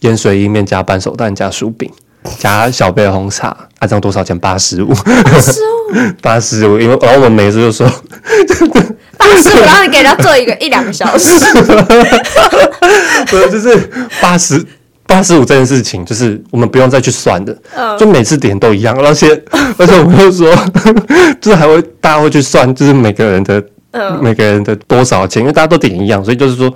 Speaker 1: 盐水意面加半熟蛋加薯饼加小杯红茶，啊，这样多少钱？八十五，
Speaker 2: 十五
Speaker 1: 八十五。因为然后我们每次就说，
Speaker 2: 八十五，然后你给他做一个一两个小时，
Speaker 1: [laughs] 不是就是八十八十五这件事情，就是我们不用再去算的，
Speaker 2: 嗯
Speaker 1: 就每次点都一样。而且而且我们又说， [laughs] 就是还会大家会去算，就是每个人的、
Speaker 2: 嗯
Speaker 1: 每个人的多少钱，因为大家都点一样，所以就是说，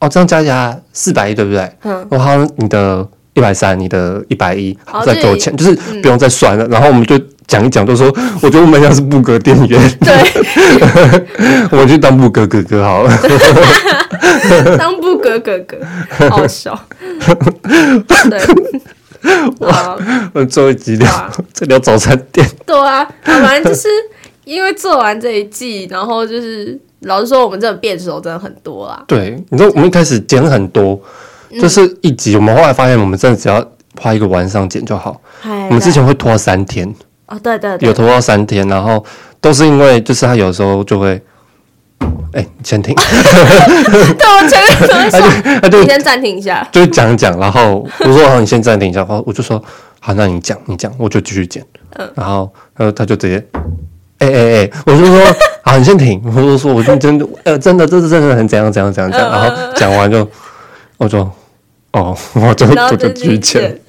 Speaker 1: 哦，这样加起来四百一，对不对？
Speaker 2: 嗯，
Speaker 1: 然后你的一百三，你的一百一
Speaker 2: 哦，
Speaker 1: 再给我
Speaker 2: 对
Speaker 1: 钱，就是不用再算了。然后我们就讲一讲，就说我觉得我们像是布格店员， [laughs]
Speaker 2: 对，
Speaker 1: 我就当布格哥哥好了。
Speaker 2: [laughs] 当布格格格，好笑。对，啊，
Speaker 1: 我们最后一集聊、
Speaker 2: 哇
Speaker 1: 这聊早餐店，
Speaker 2: 对啊，反正就是因为做完这一季，然后就是老实说，我们这变数真的很多啦。
Speaker 1: 对，你知道我们一开始剪很多，就是一集，我们后来发现我们真的只要花一个晚上剪就好。
Speaker 2: 我
Speaker 1: 我们之前会拖三天，
Speaker 2: 哦，对哎对对
Speaker 1: 有，拖到三天，然后都是因为就是他有时候就会，哎、你先 [laughs] 停，
Speaker 2: 对我前面怎么
Speaker 1: 他就
Speaker 2: 说？
Speaker 1: 他就
Speaker 2: 你先暂停一下。
Speaker 1: 就讲一讲，然后我说好，你先暂停一下，然后我就说好，那你讲，你讲，我就继续剪。然后呃，他就直接，哎哎哎，我就说好，你先停，我就说我就真的呃真的这是真的很怎样怎样怎样怎
Speaker 2: 嗯
Speaker 1: 样，然后讲完就我就哦，我就
Speaker 2: 然后
Speaker 1: 我
Speaker 2: 就
Speaker 1: 就继续
Speaker 2: 是 [laughs]
Speaker 1: 剪。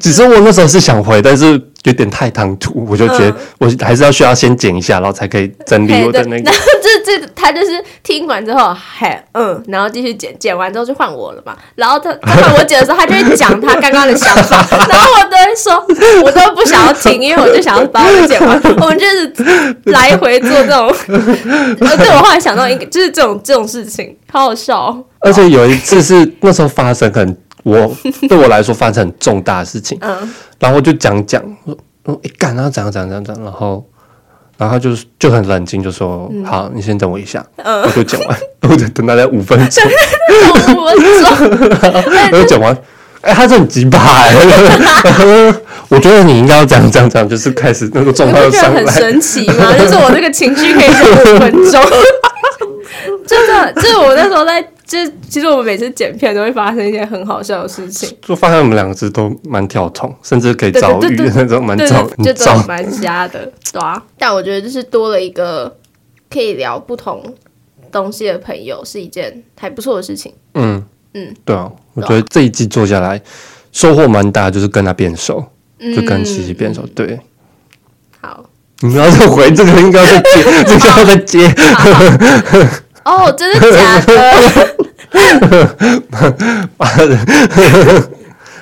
Speaker 1: 只是我那时候是想回，但是有点太唐突，我就觉得我还是要需要先剪一下，然后才可以整理
Speaker 2: 嗯嘿
Speaker 1: 我
Speaker 2: 对
Speaker 1: 的那个
Speaker 2: 然。后 [laughs] 这这他就是听完之后，嘿，嗯，然后继续剪，剪完之后就换我了嘛。然后他他换我剪的时候，他就会讲他刚刚的想法，
Speaker 1: [laughs]
Speaker 2: 然后我都会说，我都不想要听，因为我就想要把我的剪完。我们就是来回做
Speaker 1: [laughs]
Speaker 2: 这种，呃，对我后来想到一个，就是这种这种事情，好好笑、哦。 [laughs]
Speaker 1: 而且有一次是那时候发生很我对我来说发生很重大的事情，
Speaker 2: 嗯
Speaker 1: 然后我就讲讲，我说哎干，然后怎样怎样怎样怎样，然后然后他就是就很冷静，就说、好，你先等我一下，
Speaker 2: 嗯
Speaker 1: 我就讲
Speaker 2: [laughs]
Speaker 1: 完，我就等大概五分钟，
Speaker 2: 我我说
Speaker 1: 我就讲完。哎、他这很鸡巴哎！ [laughs] 我觉得你应该要这样这样这样，就是开始那个状
Speaker 2: 你
Speaker 1: 态
Speaker 2: 不
Speaker 1: 就
Speaker 2: 觉得
Speaker 1: 上
Speaker 2: 很
Speaker 1: 来。
Speaker 2: 神奇吗？ [laughs] 就是我这个情绪可以忍五分钟， [laughs] 真的，就是我那时候在，就是其实我们每次剪片都会发生一些很好笑的事情，
Speaker 1: 就发现我们两个字都蛮跳痛，甚至可以
Speaker 2: 对
Speaker 1: 遭
Speaker 2: 对
Speaker 1: 遇
Speaker 2: 对
Speaker 1: 那种蛮
Speaker 2: 对
Speaker 1: 遭
Speaker 2: 就
Speaker 1: 遇
Speaker 2: 真
Speaker 1: 遭
Speaker 2: 的蛮瞎的，对啊。但我觉得就是多了一个可以聊不同东西的朋友，是一件还不错的事情。
Speaker 1: 嗯，
Speaker 2: 嗯
Speaker 1: 嗯，对啊，我觉得这一季做下来收获蛮大，就是跟他变熟，
Speaker 2: 嗯
Speaker 1: 就跟琪琪变熟。对，
Speaker 2: 好
Speaker 1: 你要再回这个，应该再接， [laughs] 这个要再接。
Speaker 2: 哦，真的假的？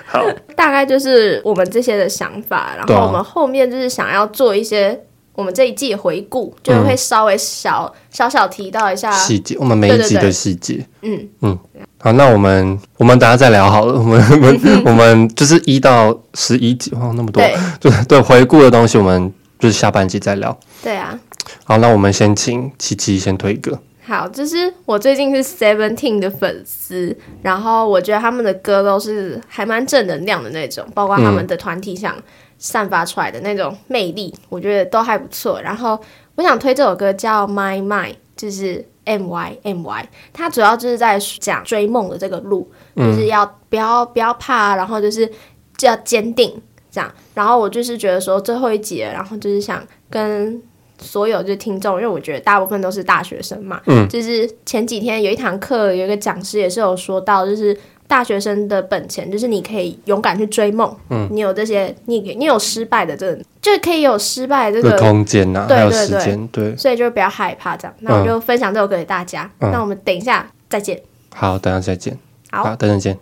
Speaker 1: 好，
Speaker 2: 大概就是我们这些的想法，然
Speaker 1: 对
Speaker 2: 后
Speaker 1: 啊
Speaker 2: 我们后面就是想要做一些我们这一季的回顾，就会稍微小、
Speaker 1: 嗯
Speaker 2: 小小提到一下，
Speaker 1: 细节，我们每一集的细节。
Speaker 2: 嗯，
Speaker 1: 好，那我们我们等下再聊好了。我
Speaker 2: [laughs]
Speaker 1: 们我们我们就是一到十一集，哇，那么多
Speaker 2: 对，
Speaker 1: 就是对回顾的东西，我们就是下半集再聊。
Speaker 2: 对啊。
Speaker 1: 好，那我们先请琪琪先推一个。
Speaker 2: 好，就是我最近是 Seventeen 的粉丝，然后我觉得他们的歌都是还蛮正能量的那种，包括他们的团体上散发出来的那种魅力，我觉得都还不错。然后我想推这首歌叫《My My》，就是 M Y M Y，它主要就是在讲追梦的这个路，就是要不要不要怕，然后就是就要坚定这样。然后我就是觉得说最后一集了，然后就是想跟所有就是听众，因为我觉得大部分都是大学生嘛，嗯，就是前几天有一堂课有一个讲师也是有说到，就是。大学生的本钱就是你可以勇敢去追梦，嗯，你有这些，你你有失败的这个，就可以有失败的这
Speaker 1: 这
Speaker 2: 个
Speaker 1: 空间呐、
Speaker 2: 对
Speaker 1: 还有
Speaker 2: 对
Speaker 1: 时
Speaker 2: 对
Speaker 1: 间，对，
Speaker 2: 所以就不要害怕这样。那我就分享这首歌给大家。
Speaker 1: 嗯
Speaker 2: 那我们等一下再见。
Speaker 1: 好，等下再见。
Speaker 2: 好，
Speaker 1: 等等见。
Speaker 3: Oh,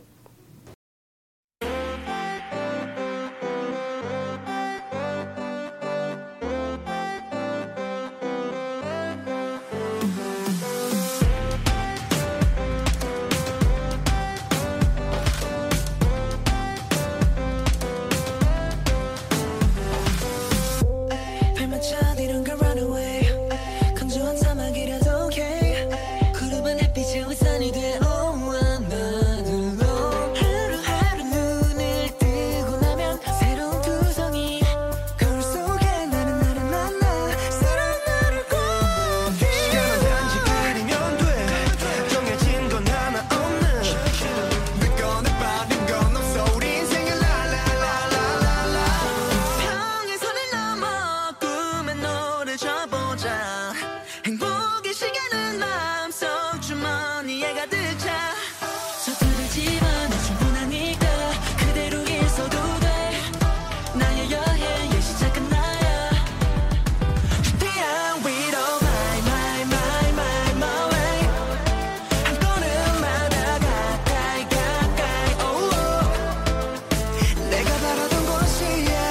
Speaker 3: 어,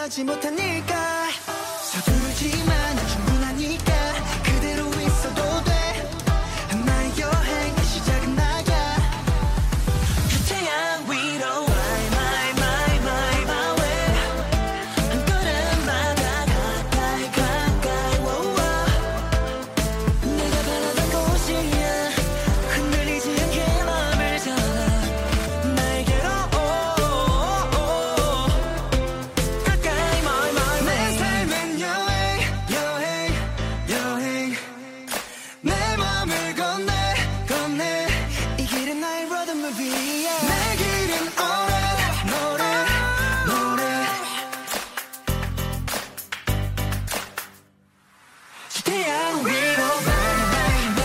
Speaker 3: 예, 알지 못하니까 서툴지만 난 충분하니까 그대로 있어도 돼 나의 여행의 시작은 나야 그 태양 위로 My my my my my way 한 걸음마다 가까이 가까이 wow, wow. 내가 바라던 곳이야 흔들리지 않게 맘을 잡아 나에게로 가까이 my my 내 삶은 여행 여행 여행 내 맘을 건네 건네 이 길은 나의 rhythm of beat 내 길은 오랜 노래 노래 태양 위로 한 걸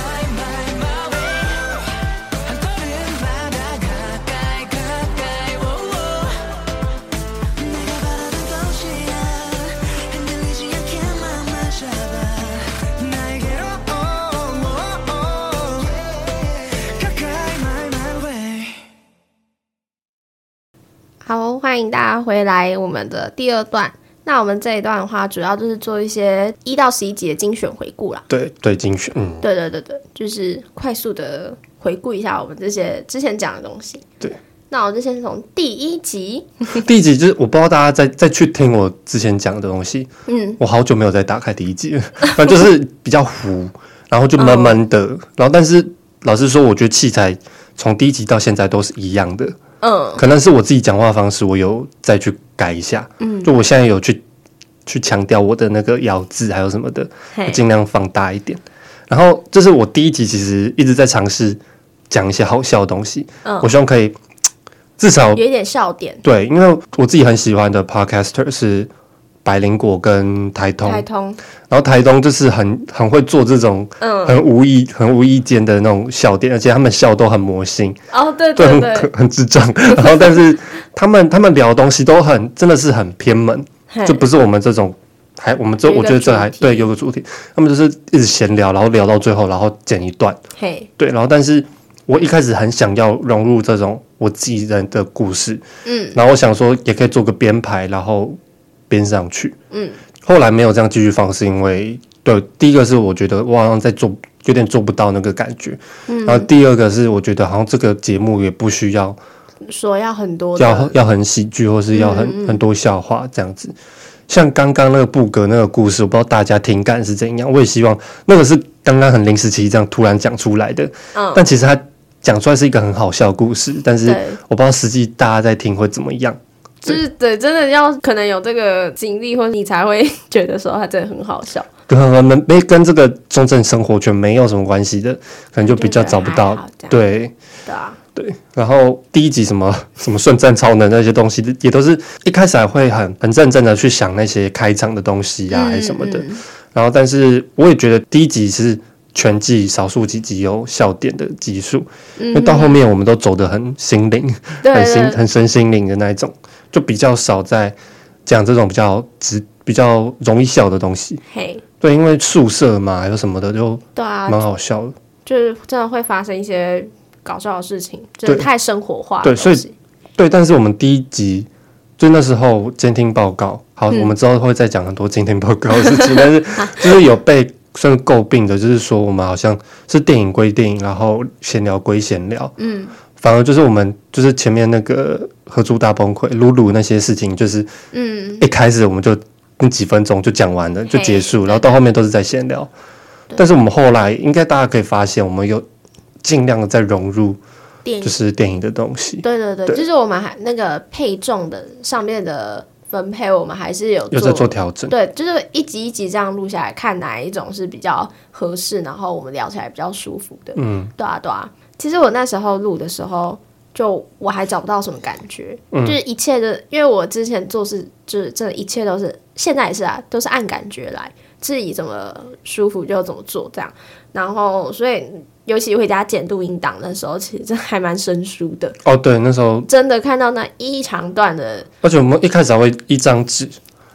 Speaker 3: 음마다 가까이 가까이 내가 바라던 곳이야 흔들리지 않게 맘만 잡아 나에게로 가까이 my my way
Speaker 2: 好，欢迎大家回来我们的第二段。那我们这一段的话，主要就是做一些一到十一集的精选回顾啦。
Speaker 1: 对对，精选，嗯，
Speaker 2: 对对对对，就是快速的回顾一下我们这些之前讲的东西。
Speaker 1: 对。
Speaker 2: 那我就先从第一集，
Speaker 1: 第一集就是我不知道大家再再去听我之前讲的东西，
Speaker 2: 嗯，
Speaker 1: 我好久没有再打开第一集了，反正就是比较糊，然后就闷闷的，
Speaker 2: 哦
Speaker 1: 然后但是老实说，我觉得器材从第一集到现在都是一样的，
Speaker 2: 嗯，
Speaker 1: 可能是我自己讲话方式，我有再去改一下，嗯，就我现在有去去强调我的那个咬字还有什么的，
Speaker 2: 嘿，
Speaker 1: 尽量放大一点。然后这是我第一集，其实一直在尝试讲一些好笑的东西，
Speaker 2: 嗯
Speaker 1: 我希望可以至少
Speaker 2: 有一点笑点，
Speaker 1: 对，因为我自己很喜欢的 podcaster 是百灵果跟台通，
Speaker 2: 开通，
Speaker 1: 然后台东就是很很会做这种
Speaker 2: 嗯，
Speaker 1: 很无意、很无意间的那种笑点，而且他们笑都很魔性，
Speaker 2: 哦，对
Speaker 1: 对，
Speaker 2: 对
Speaker 1: 很
Speaker 2: 对，
Speaker 1: 可很智障。 [laughs] 然后但是他们他们聊的东西都很真的是很偏门，
Speaker 2: 嘿
Speaker 1: 就不是我们这种。还我们这
Speaker 2: 有一个
Speaker 1: 我觉得这还
Speaker 2: 主题
Speaker 1: 对有个主题，他们就是一直闲聊，然后聊到最后，然后剪一段，
Speaker 2: 嘿，
Speaker 1: 对，然后但是我一开始很想要融入这种我自己人的故事，
Speaker 2: 嗯，
Speaker 1: 然后我想说也可以做个编排，然后编上去，
Speaker 2: 嗯，
Speaker 1: 后来没有这样继续放，是因为对，第一个是我觉得我好像在做有点做不到那个感觉，嗯，然后第二个是我觉得好像这个节目也不需要
Speaker 2: 说要很多
Speaker 1: 要
Speaker 2: 的，嗯
Speaker 1: 要很喜剧或是要很、很多笑话这样子。像刚刚那个布格那个故事，我不知道大家听感是怎样。我也希望那个是刚刚很临时起意这样突然讲出来的，
Speaker 2: 嗯，
Speaker 1: 但其实他讲出来是一个很好笑的故事，但是
Speaker 2: 对
Speaker 1: 我不知道实际大家在听会怎么样。
Speaker 2: 就是对，真的要可能有这个经历，或者你才会觉得说它真的很好笑，
Speaker 1: 可能没跟这个中正生活圈没有什么关系的，可能就比较找不
Speaker 2: 就觉得还
Speaker 1: 到
Speaker 2: 好这。样
Speaker 1: 对
Speaker 2: 对啊，
Speaker 1: 对，然后第一集什么 [laughs] 什么顺战超能那些东西，也都是一开始还会很很认真的去想那些开场的东西呀、啊，还是什么的。
Speaker 2: 嗯，嗯
Speaker 1: 然后，但是我也觉得第一集是全季少数几集有笑点的集数，因为到后面我们都走得很心灵，
Speaker 2: 嗯对
Speaker 1: 很心
Speaker 2: 对对
Speaker 1: 很身心灵的那一种，就比较少在讲这种比较直、比较容易笑的东西。
Speaker 2: 嘿，
Speaker 1: 对，因为宿舍嘛，还有什么的，就
Speaker 2: 对啊，
Speaker 1: 蛮好笑的。
Speaker 2: 就是真的会发生一些搞笑的事情，就是
Speaker 1: 对
Speaker 2: 太生活化的
Speaker 1: 对所以
Speaker 2: 东西
Speaker 1: 对，但是我们第一集就那时候监听报告，好，
Speaker 2: 嗯
Speaker 1: 我们之后会再讲很多监听报告的事情，但
Speaker 2: [laughs]
Speaker 1: 是就是有被算是诟病的，就是说我们好像是电影归电影，然后闲聊归闲聊，
Speaker 2: 嗯，
Speaker 1: 反而就是我们就是前面那个合租大崩溃、露露那些事情，就是
Speaker 2: 嗯，
Speaker 1: 一开始我们就那几分钟就讲完了，就结束，然后到后面都是在闲聊。但是我们后来应该大家可以发现，我们有尽量的在融入
Speaker 2: 电影
Speaker 1: 就是电影的东西，
Speaker 2: 对对对，
Speaker 1: 对
Speaker 2: 就是我们还那个配重的上面的分配，我们还是有
Speaker 1: 有在做调整。
Speaker 2: 对，就是一集一集这样录下来，看哪一种是比较合适，然后我们聊起来比较舒服的。
Speaker 1: 嗯，
Speaker 2: 对啊，对啊。其实我那时候录的时候，就我还找不到什么感觉，
Speaker 1: 嗯
Speaker 2: 就是一切的，因为我之前做事就是真的，一切都是现在也是啊，都是按感觉来，自己怎么舒服就怎么做这样。然后，所以尤其回家剪录音档的时候，其实真的还蛮生疏的。
Speaker 1: 哦，对，那时候，
Speaker 2: 真的看到那一长段的，
Speaker 1: 而且我们一开始还会一张纸，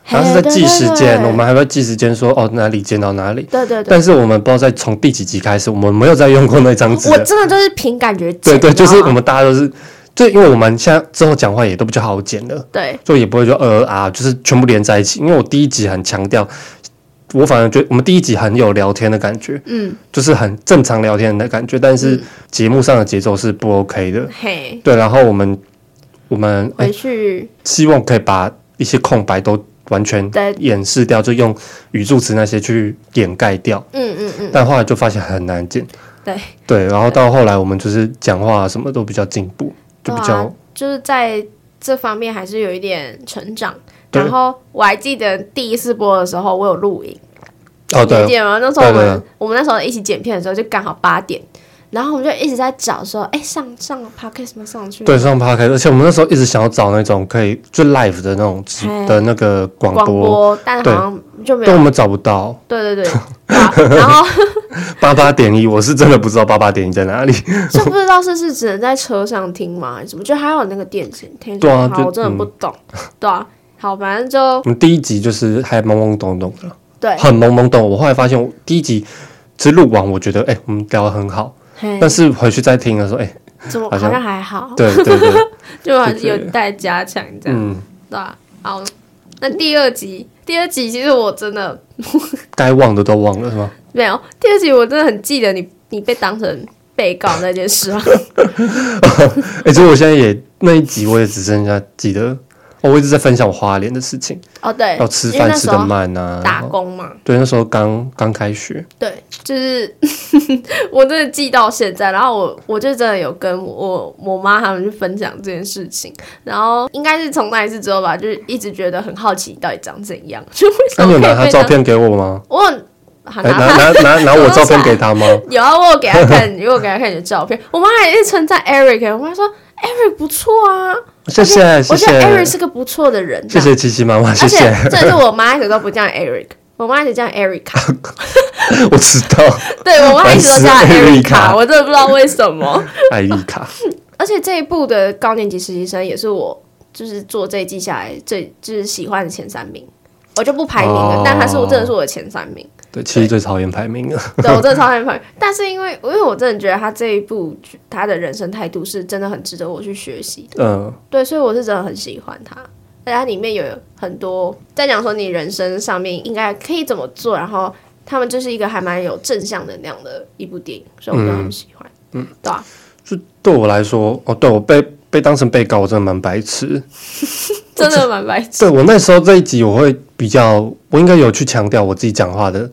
Speaker 1: 然后是在记时间，我们还会记时间说哦哪里剪到哪里。
Speaker 2: 对对对，
Speaker 1: 但是我们不知道在从第几集开始，我们没有再用过那张纸
Speaker 2: 我
Speaker 1: 了。
Speaker 2: 真的就是凭感觉剪
Speaker 1: 对
Speaker 2: 的，
Speaker 1: 对，就是
Speaker 2: 你知
Speaker 1: 我
Speaker 2: 道吗
Speaker 1: 们大家都是这因为我们现在之后讲话也都比较好剪了，
Speaker 2: 对，
Speaker 1: 就也不会说呃啊，就是全部连在一起。因为我第一集很强调，我反而觉得我们第一集很有聊天的感觉，
Speaker 2: 嗯，
Speaker 1: 就是很正常聊天的感觉，但是节目上的节奏是不 OK 的。
Speaker 2: 嘿，
Speaker 1: 对，然后我们我们、哎
Speaker 2: 回去
Speaker 1: 希望可以把一些空白都完全
Speaker 2: 对
Speaker 1: 掩饰掉，就用语助词那些去掩盖掉。
Speaker 2: 嗯嗯嗯，
Speaker 1: 但后来就发现很难剪，
Speaker 2: 对，
Speaker 1: 对，然后到后来我们就是讲话什么都比较进步，就
Speaker 2: 对
Speaker 1: 比较
Speaker 2: 啊、就是在这方面还是有一点成长。
Speaker 1: 对
Speaker 2: 然后我还记得第一次播的时候，我有录影，
Speaker 1: 哦
Speaker 2: 你
Speaker 1: 对，
Speaker 2: 记得吗？那时候我们
Speaker 1: 对对对
Speaker 2: 我们那时候一起剪片的时候，就刚好八点，然后我们就一直在找说，哎，上上 podcast 吗？上去
Speaker 1: 对上 p o d c a s 而且我们那时候一直想要找那种可以就 live 的那种直
Speaker 2: 哎
Speaker 1: 的那个广
Speaker 2: 广
Speaker 1: 播，
Speaker 2: 播，啊但好
Speaker 1: 对
Speaker 2: 像就没
Speaker 1: 但我
Speaker 2: 有。
Speaker 1: 们找不到
Speaker 2: 对对对，啊 [laughs] 然后
Speaker 1: 八八点一，我是真的不知道八八点一在哪里。 [laughs]
Speaker 2: 这不知道是是只能在车上听吗？还是什么？就还有那个电线听
Speaker 1: 对啊
Speaker 2: 好
Speaker 1: 就
Speaker 2: 我真的不懂。对啊，好，反正就
Speaker 1: 我们第一集就是还懵懵懂懂的，
Speaker 2: 对，
Speaker 1: 很懵懵懂。我后来发现，我第一集只录完，我觉得哎、我们聊得很好，
Speaker 2: 嘿
Speaker 1: 但是回去再听的时候，哎、
Speaker 2: 怎么
Speaker 1: 好
Speaker 2: 好
Speaker 1: 像
Speaker 2: 像还好，
Speaker 1: 对对对，
Speaker 2: [laughs] 就还
Speaker 1: 就是觉
Speaker 2: 有
Speaker 1: 得
Speaker 2: 待加强这样，
Speaker 1: 嗯，
Speaker 2: 对啊。好，那第二集，第二集其实我真的
Speaker 1: 该忘的都忘了是吗？
Speaker 2: 没有，第二集我真的很记得你，你被当成被告那
Speaker 1: [laughs]
Speaker 2: 件事啊。
Speaker 1: 哎、其实我现在也那一集我也只剩下记得，哦、我一直在分享我花莲的事情，
Speaker 2: 哦，对，
Speaker 1: 要吃
Speaker 2: 因为
Speaker 1: 饭
Speaker 2: 那
Speaker 1: 吃
Speaker 2: 时
Speaker 1: 的
Speaker 2: 候
Speaker 1: 慢啊，
Speaker 2: 打哦工嘛，
Speaker 1: 对，那时候刚刚开学，
Speaker 2: 对，就是 [laughs] 我真的记到现在，然后我我就真的有跟我我妈他们去分享这件事情，然后应该是从那一次之后吧，就是一直觉得很好奇到底长怎样，就为什
Speaker 1: 那、
Speaker 2: 么
Speaker 1: 你
Speaker 2: 可
Speaker 1: 有
Speaker 2: 以
Speaker 1: 拿他
Speaker 2: 被
Speaker 1: 照
Speaker 2: 当
Speaker 1: 片给我吗？
Speaker 2: 我
Speaker 1: [laughs]
Speaker 2: 有好
Speaker 1: 哎
Speaker 2: 拿
Speaker 1: 拿
Speaker 2: 他
Speaker 1: 拿拿拿我照片给他吗？
Speaker 2: 有啊，我有给他看，我有给他看你的照片，我妈还一直称赞 Eric，我妈说 Eric 不错啊，
Speaker 1: 谢谢谢
Speaker 2: [laughs] 我觉得 Eric
Speaker 1: 谢
Speaker 2: 是个不错的人，
Speaker 1: 谢谢琪琪妈妈，谢
Speaker 2: 而且
Speaker 1: 谢， [laughs]
Speaker 2: 这是我妈一直都不叫 Eric，我妈一直叫 Erica。
Speaker 1: 我知道，
Speaker 2: 对我妈一直都
Speaker 1: [laughs]
Speaker 2: 叫
Speaker 1: 烦死了
Speaker 2: Erica，
Speaker 1: Erica
Speaker 2: 我真的不知道为什么。
Speaker 1: 艾丽卡，
Speaker 2: 而且这一部的高年级实习生也是我就是做这一季下来最就是喜欢的前三名，我就不排名了，
Speaker 1: 哦
Speaker 2: 但他是我真的是我的前三名，
Speaker 1: 对，其实最讨厌排名了，
Speaker 2: 对我真的超爱排。但是因为因为我真的觉得他这一部他的人生态度是真的很值得我去学习的，
Speaker 1: 嗯。
Speaker 2: 对，所以我是真的很喜欢他。而且它里面有很多在讲说你人生上面应该可以怎么做，然后他们就是一个还蛮有正向能量的一部电影，所以我真的很喜欢。嗯，对啊。
Speaker 1: 就对我来说，哦，对我被被当成被告，我真的蛮白痴。
Speaker 2: 真的蛮白痴
Speaker 1: 对我那时候这一集，我会比较，我应该有去强调我自己讲话的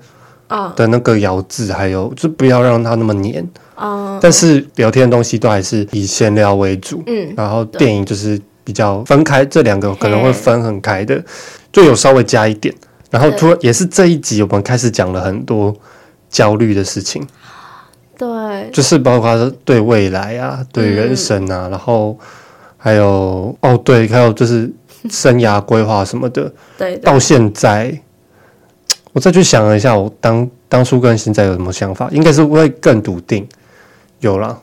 Speaker 2: 啊
Speaker 1: 的那个咬字，还有就不要让它那么黏。
Speaker 2: 啊！
Speaker 1: 但是聊天的东西都还是以闲聊为主，
Speaker 2: 嗯，
Speaker 1: 然后电影就是比较分开，这两个可能会
Speaker 2: 嘿
Speaker 1: 分很开的，就有稍微加一点。然后突然也是这一集，我们开始讲了很多焦虑的事情。
Speaker 2: 对，嗯
Speaker 1: 就是包括对未来啊，对人生啊，然后还有哦，对，还有就是生涯规划什么的。
Speaker 2: 对对
Speaker 1: 到现在，我再去想了一下，我当当初跟现在有什么想法，应该是会更笃定。有啦，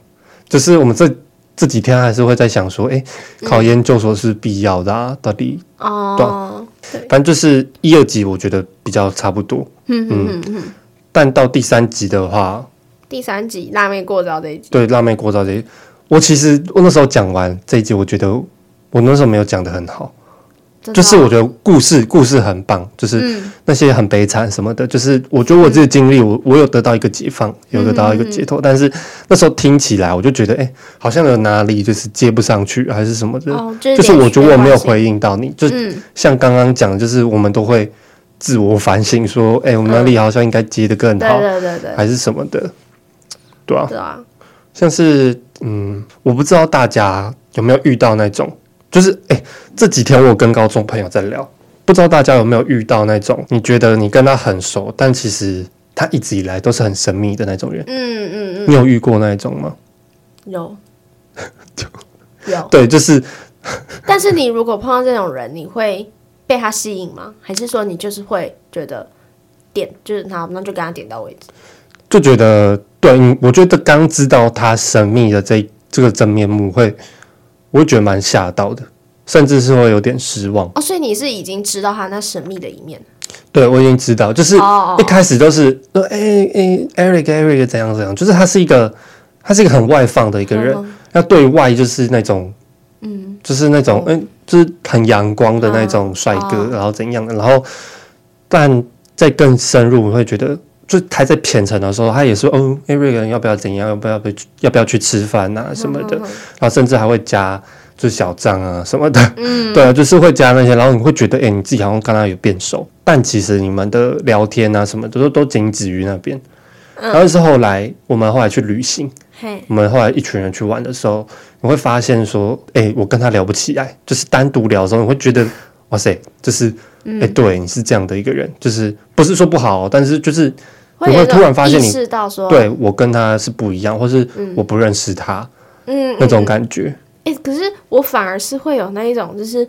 Speaker 1: 就是我们这这几天还是会在想说，诶，考研究所是必要的啊，到底
Speaker 2: 哦，
Speaker 1: 啊
Speaker 2: 对，
Speaker 1: 反正就是一二级，我觉得比较差不多，
Speaker 2: 嗯嗯嗯嗯。
Speaker 1: 但到第三级的话，
Speaker 2: 第三集辣妹过招这一集，
Speaker 1: 对辣妹过招这一，我其实我那时候讲完这一集，我觉得我那时候没有讲的很好，
Speaker 2: 真
Speaker 1: 就
Speaker 2: 的
Speaker 1: 是
Speaker 2: 哦
Speaker 1: 我觉得故事故事很棒，就是
Speaker 2: 嗯
Speaker 1: 那些很悲惨什么的，就是我觉得我自己的经历，我我有得到一个解放，有得到一个解
Speaker 2: 嗯
Speaker 1: 脱，但是那时候听起来我就觉得，哎、好像有哪里就是接不上去还是什么的，
Speaker 2: 哦，就
Speaker 1: 就
Speaker 2: 是
Speaker 1: 是
Speaker 2: 连
Speaker 1: 我
Speaker 2: 续
Speaker 1: 觉得我没有
Speaker 2: 关系
Speaker 1: 回应到你，就
Speaker 2: 嗯
Speaker 1: 像刚刚讲的，就是我们都会自我反省，说，哎、我们哪里好像应哎该接得更
Speaker 2: 嗯对
Speaker 1: 好，
Speaker 2: 对对对
Speaker 1: 还是什么的，对啊，
Speaker 2: 对啊，
Speaker 1: 像是嗯，我不知道大家有没有遇到那种，就是哎、诶这几天我跟高中朋友在聊，不知道大家有没有遇到那种，你觉得你跟他很熟，但其实他一直以来都是很神秘的那种人，
Speaker 2: 嗯嗯
Speaker 1: 你有遇过那一种吗？
Speaker 2: 嗯，
Speaker 1: [laughs]
Speaker 2: 有有，
Speaker 1: 对，就是
Speaker 2: 但是你如果碰到这种人，你会被他吸引吗？还是说你就是会觉得点就是他，那就跟他点到为止？
Speaker 1: 就觉得对，嗯我觉得刚知道他神秘的这这个真面目会，我会觉得蛮吓到的，甚至是会有点失望。
Speaker 2: 哦，所以你是已经知道他那神秘的一面了
Speaker 1: 对，我已经知道，就是
Speaker 2: 哦哦
Speaker 1: 一开始都是呃，哎、哎、e r i c Eric 怎样怎样，就是他是一个他是一个很外放的一个人，
Speaker 2: 嗯
Speaker 1: 那对外就是那种
Speaker 2: 嗯，
Speaker 1: 就是那种嗯、就是很阳光的那种帅哥，
Speaker 2: 哦
Speaker 1: 然后怎样的，然后但再更深入，我会觉得。就他在虔诚的时候，他也说，哦，哎，瑞恩要不要怎样？要不要不要不要去吃饭啊什么的？
Speaker 2: 嗯，
Speaker 1: 然后甚至还会加就是小账啊什么的，
Speaker 2: 嗯，
Speaker 1: 对啊，就是会加那些，然后你会觉得，哎、你自己好像跟他有变熟，但其实你们的聊天啊什么的都都仅止于那边。
Speaker 2: 嗯
Speaker 1: 然后是后来我们后来去旅行，
Speaker 2: 嘿，
Speaker 1: 我们后来一群人去玩的时候，你会发现说，哎、我跟他聊不起来，就是单独聊的时候，你会觉得，哇塞，就是，
Speaker 2: 嗯
Speaker 1: 哎、对，你是这样的一个人，就是不是说不好哦，但是就是
Speaker 2: 会有一
Speaker 1: 你会突然发现
Speaker 2: 种
Speaker 1: 你
Speaker 2: 意识到说，
Speaker 1: 对我跟他是不一样，或是
Speaker 2: 嗯
Speaker 1: 我不认识他、
Speaker 2: 嗯，嗯，
Speaker 1: 那种感觉。
Speaker 2: 哎、可是我反而是会有那一种，就是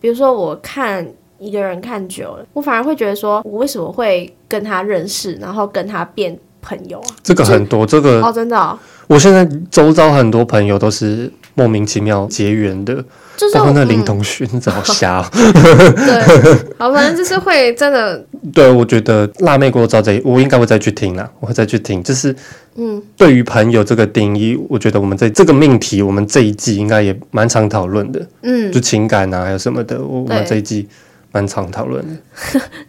Speaker 2: 比如说我看一个人看久了，我反而会觉得说，我为什么会跟他认识，然后跟他变朋友啊？
Speaker 1: 这个
Speaker 2: 就
Speaker 1: 很多，这个
Speaker 2: 哦，真的、哦，
Speaker 1: 我现在周遭很多朋友都是莫名其妙结缘哦的，
Speaker 2: 就是
Speaker 1: 包括那
Speaker 2: 我
Speaker 1: 林
Speaker 2: 嗯
Speaker 1: 同学，那真好瞎、哦。
Speaker 2: 对，好，反正就是会真的，
Speaker 1: [laughs] 对，我觉得辣妹给我找这，我应该会再去听啦，我会再去听。就是
Speaker 2: 嗯
Speaker 1: 对于朋友这个定义，我觉得我们这这个命题，我们这一季应该也蛮常讨论的，
Speaker 2: 嗯
Speaker 1: 就，情感啊，还有什么的，我我们
Speaker 2: 对
Speaker 1: 这一季蛮常讨论的。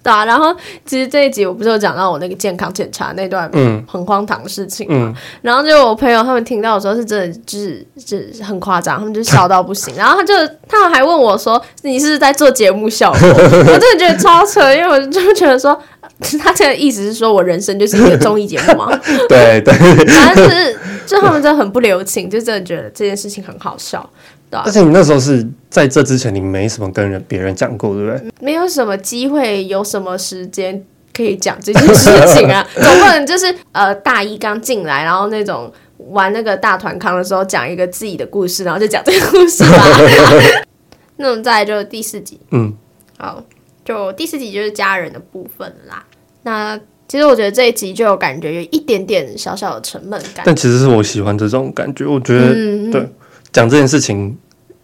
Speaker 2: 对啊。然后其实这一集我不是有讲到我那个健康检查那段
Speaker 1: 嗯
Speaker 2: 很荒唐的事情嘛，
Speaker 1: 嗯，
Speaker 2: 然后就我朋友他们听到的时候是真的就是就是很夸张，他们就笑到不行。然 [laughs] 后他就他们还问我说：“你是不是在做节目效果？” [laughs] 我真的觉得超扯，因为我就觉得说， [laughs] 他现在意思是说我人生就是一个综艺节目嘛，
Speaker 1: 对 [laughs] 对，
Speaker 2: 反正就是就他们真的很不留情，就真的觉得这件事情很好笑，对吧、
Speaker 1: 而且你那时候是在这之前，你没什么跟人别人讲过，对不对？
Speaker 2: 没有什么机会，有什么时间可以讲这件事情
Speaker 1: [laughs]
Speaker 2: 啊？总不能就是呃大一刚进来，然后那种玩那个大团康的时候讲一个自己的故事，然后就讲这个故
Speaker 1: [laughs]
Speaker 2: 事吧。那我们再来就是第四集，
Speaker 1: 嗯，
Speaker 2: 好，就第四集就是家人的部分啦。那其实我觉得这一集就有感觉有一点点小小的沉闷感，
Speaker 1: 但其实是我喜欢这种感觉，我觉得
Speaker 2: 嗯，
Speaker 1: 对讲这件事情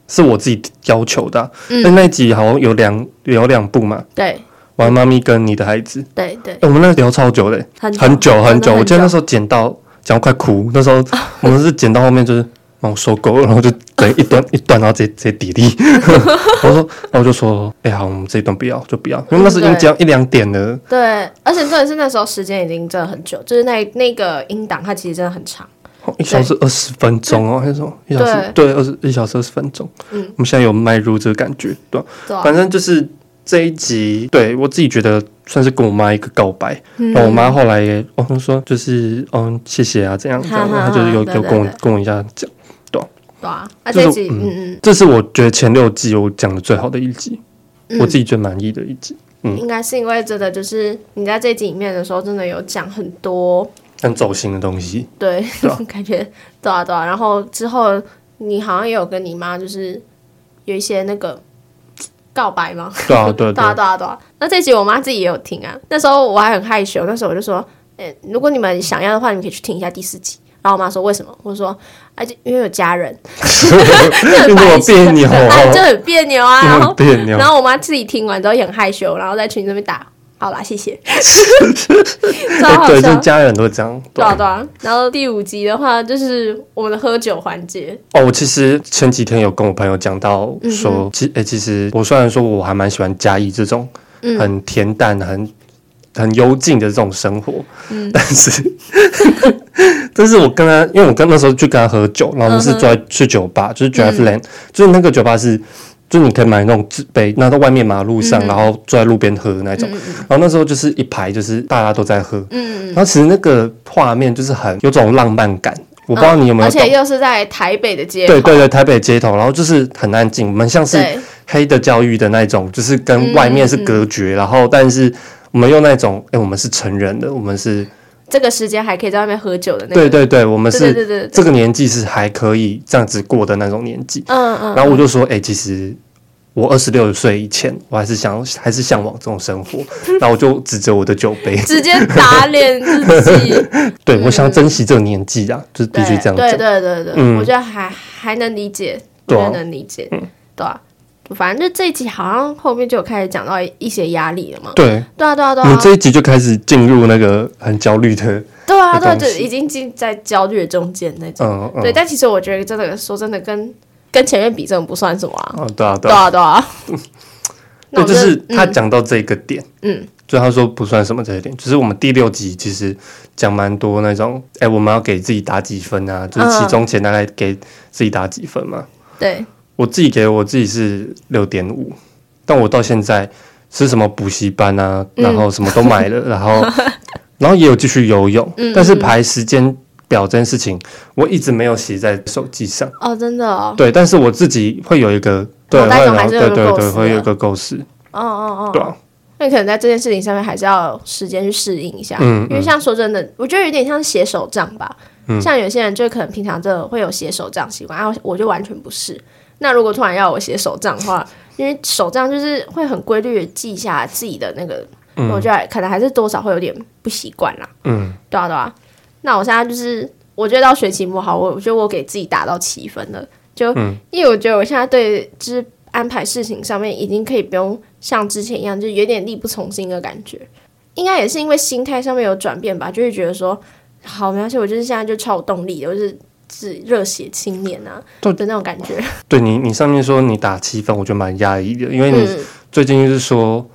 Speaker 1: 是我自己要求的、啊。
Speaker 2: 嗯
Speaker 1: 但那一集好像有两有两部嘛，《
Speaker 2: 对
Speaker 1: 玩妈咪》跟《你的孩子》欸
Speaker 2: 对对，
Speaker 1: 诶我们那聊超久的、
Speaker 2: 很哦
Speaker 1: 很久很久。我记得那时
Speaker 2: 候
Speaker 1: 候剪到讲到快哭，那时候我们是剪到后面就是。帮我收购，然后就整一段一段，然后直接直接抵力。
Speaker 2: [laughs]
Speaker 1: 我说，然后我就说，哎、好，我们这一段不要，就不要，因为那时候已经
Speaker 2: 对
Speaker 1: 讲一两点了。
Speaker 2: 对，而且重点是那时候时间已经真的很久，就是那那个音档它其实真的很长。
Speaker 1: 哦一小时二十分钟哦，还是什么？一小时对，二十一小时二十分钟。
Speaker 2: 嗯
Speaker 1: 我们现在有迈入这个感觉，对吧、
Speaker 2: 对、啊，
Speaker 1: 反正就是这一集，对我自己觉得算是跟我妈一个告白。
Speaker 2: 嗯
Speaker 1: 然后我妈后来也，哦，她说就是，嗯，谢谢啊，这样这样，
Speaker 2: 哈哈哈
Speaker 1: 她就是有
Speaker 2: 对
Speaker 1: 有
Speaker 2: 对
Speaker 1: 跟我
Speaker 2: 对
Speaker 1: 跟我一下讲。
Speaker 2: 对啊，啊
Speaker 1: 就
Speaker 2: 这
Speaker 1: 是
Speaker 2: 一集
Speaker 1: 嗯
Speaker 2: 嗯嗯，
Speaker 1: 这是我觉得前六季我讲的最好的一集，
Speaker 2: 嗯
Speaker 1: 我自己最满意的一集，
Speaker 2: 应该是因为真的就是你在这一集里面的时候，真的有讲很多
Speaker 1: 很走心的东
Speaker 2: [laughs]
Speaker 1: 西。
Speaker 2: 对，
Speaker 1: 对啊
Speaker 2: 感觉对啊对啊，然后之后你好像也有跟你妈就是有一些那个。告白吗？
Speaker 1: 对
Speaker 2: [laughs]
Speaker 1: 啊，对
Speaker 2: 对啊，
Speaker 1: 对，
Speaker 2: 对啊，对啊。那这集我妈自己也有听啊。那时候我还很害羞，那时候我就说，诶、如果你们想要的话，你们可以去听一下第四集。然后我妈说为什么？我说，啊，就因为有家人，
Speaker 1: [laughs] 你怎么别
Speaker 2: [laughs]
Speaker 1: 扭
Speaker 2: 对啊，就
Speaker 1: 哦？
Speaker 2: 很别扭啊。
Speaker 1: 你
Speaker 2: 然后
Speaker 1: 很别扭
Speaker 2: 然。后我妈自己听完之后也很害羞，然后在群里那边打，好啦，
Speaker 1: [laughs]
Speaker 2: 谢谢，超
Speaker 1: 哎
Speaker 2: 好
Speaker 1: 对，就是
Speaker 2: 笑。
Speaker 1: 家人都这样。
Speaker 2: 对啊对啊，然后第五集的话就是我们的喝酒环节，
Speaker 1: 哦，我其实前几天有跟我朋友讲到
Speaker 2: 嗯
Speaker 1: 说，其诶、其实我虽然说我还蛮喜欢嘉义这种
Speaker 2: 嗯
Speaker 1: 很恬淡、很很幽静的这种生活，[laughs]
Speaker 2: 嗯
Speaker 1: 但是但是我跟他，因为我跟那时候去跟他喝酒，然后我们是
Speaker 2: 嗯哼嗯
Speaker 1: 坐在去酒吧，就是 Drive Land，、就是那个酒吧是。就是你可以买那种纸杯，拿到外面马路上，
Speaker 2: 嗯
Speaker 1: 然后坐在路边喝那种。然后那时候就是一排，就是大家都在喝。
Speaker 2: 嗯，
Speaker 1: 然后其实那个画面就是很有种浪漫感。我
Speaker 2: 我
Speaker 1: 不知道你有没有
Speaker 2: 而
Speaker 1: 懂，
Speaker 2: 且又是在台北的街
Speaker 1: 对
Speaker 2: 头，
Speaker 1: 对对，台北街头，然后就是很安静，我们像是
Speaker 2: 对
Speaker 1: 黑的教育的那种，就是跟
Speaker 2: 嗯
Speaker 1: 外面是隔绝，然后但是我们用那种，哎、我们是成人的，我们是，
Speaker 2: 这个时间还可以在外面喝酒的那
Speaker 1: 对
Speaker 2: 个，
Speaker 1: 对对，我们
Speaker 2: 对
Speaker 1: 是
Speaker 2: 对对对对，
Speaker 1: 这个年纪是还可以这样子过的那种年纪。
Speaker 2: 嗯嗯，
Speaker 1: 然后我就说，哎、其实我二十六岁以前，我还是想还是向往这种生
Speaker 2: [laughs]
Speaker 1: 活。然后我就指着我的酒杯，
Speaker 2: 直接打脸自己，
Speaker 1: 对我想要珍惜这个年纪啊，就是必
Speaker 2: 对
Speaker 1: 须这样
Speaker 2: 对
Speaker 1: 讲。
Speaker 2: 对对对，
Speaker 1: 嗯
Speaker 2: 我觉得还还能理解，我
Speaker 1: 对
Speaker 2: 觉
Speaker 1: 啊
Speaker 2: 得能理解，对啊。反正就这一集好像后面就有开始讲到一些压力了嘛，
Speaker 1: 对，
Speaker 2: 对啊对啊对
Speaker 1: 我们
Speaker 2: 啊，
Speaker 1: 这一集就开始进入那个很焦虑的，
Speaker 2: 对啊，对
Speaker 1: 的
Speaker 2: 啊，就
Speaker 1: 东西
Speaker 2: 已经进在焦虑的中间那种。
Speaker 1: 嗯嗯
Speaker 2: 对，，但其实我觉得真的说真的跟跟前面比，这种不算什么啊。
Speaker 1: 哦，对啊，对
Speaker 2: 对
Speaker 1: 啊，
Speaker 2: 啊，对啊。
Speaker 1: [laughs] 对，
Speaker 2: 那我
Speaker 1: 就
Speaker 2: 觉得
Speaker 1: 是他讲到这个点，
Speaker 2: 嗯，
Speaker 1: 就他说不算什么这一点，只是我们第六集其实讲蛮多那种，哎，我们要给自己打几分啊，
Speaker 2: 嗯
Speaker 1: 就是期中前大概给自己打几分嘛。
Speaker 2: 对，
Speaker 1: 我自己给我自己是六点五，但我到现在是什么补习班啊，
Speaker 2: 嗯
Speaker 1: 然后什么都买
Speaker 2: [laughs]
Speaker 1: 了，然后然后也有继续游泳，
Speaker 2: 嗯
Speaker 1: 但是排时间表这件事情，我一直没有写在手机上。
Speaker 2: 哦，真的哦，
Speaker 1: 对，但是我自己会有一个，对，
Speaker 2: 脑袋
Speaker 1: 会
Speaker 2: 中
Speaker 1: 有
Speaker 2: 还是有
Speaker 1: 对
Speaker 2: 个
Speaker 1: 对
Speaker 2: 构
Speaker 1: 对，
Speaker 2: 思
Speaker 1: 会有一
Speaker 2: 的
Speaker 1: 个构思，
Speaker 2: 哦哦
Speaker 1: 对
Speaker 2: 哦。
Speaker 1: 啊。
Speaker 2: 那你可能在这件事情上面还是要时间去适应一下，
Speaker 1: 嗯
Speaker 2: 因为像说真的，我觉得有点像写手账吧。像有些人就可能平常真的会有写手账习惯，然后我就完全不是。那如果突然要我写手账的话，因为手账就是会很规律的记下自己的那个，我觉得可能还是多少会有点不习惯啦。
Speaker 1: 嗯，
Speaker 2: 对啊对啊。那我现在就是，我觉得到学期末好，我我觉得我给自己打到七分了，就、因为我觉得我现在对就是安排事情上面已经可以不用像之前一样，就有点力不从心的感觉。应该也是因为心态上面有转变吧，就会觉得说，好没关系，我就是现在就超有动力的，我就是是热血青年啊
Speaker 1: 对
Speaker 2: 的那种感觉。
Speaker 1: 对你，你上面说你打七分，我觉得蛮压抑的，因为你
Speaker 2: 嗯，
Speaker 1: 最近就是说，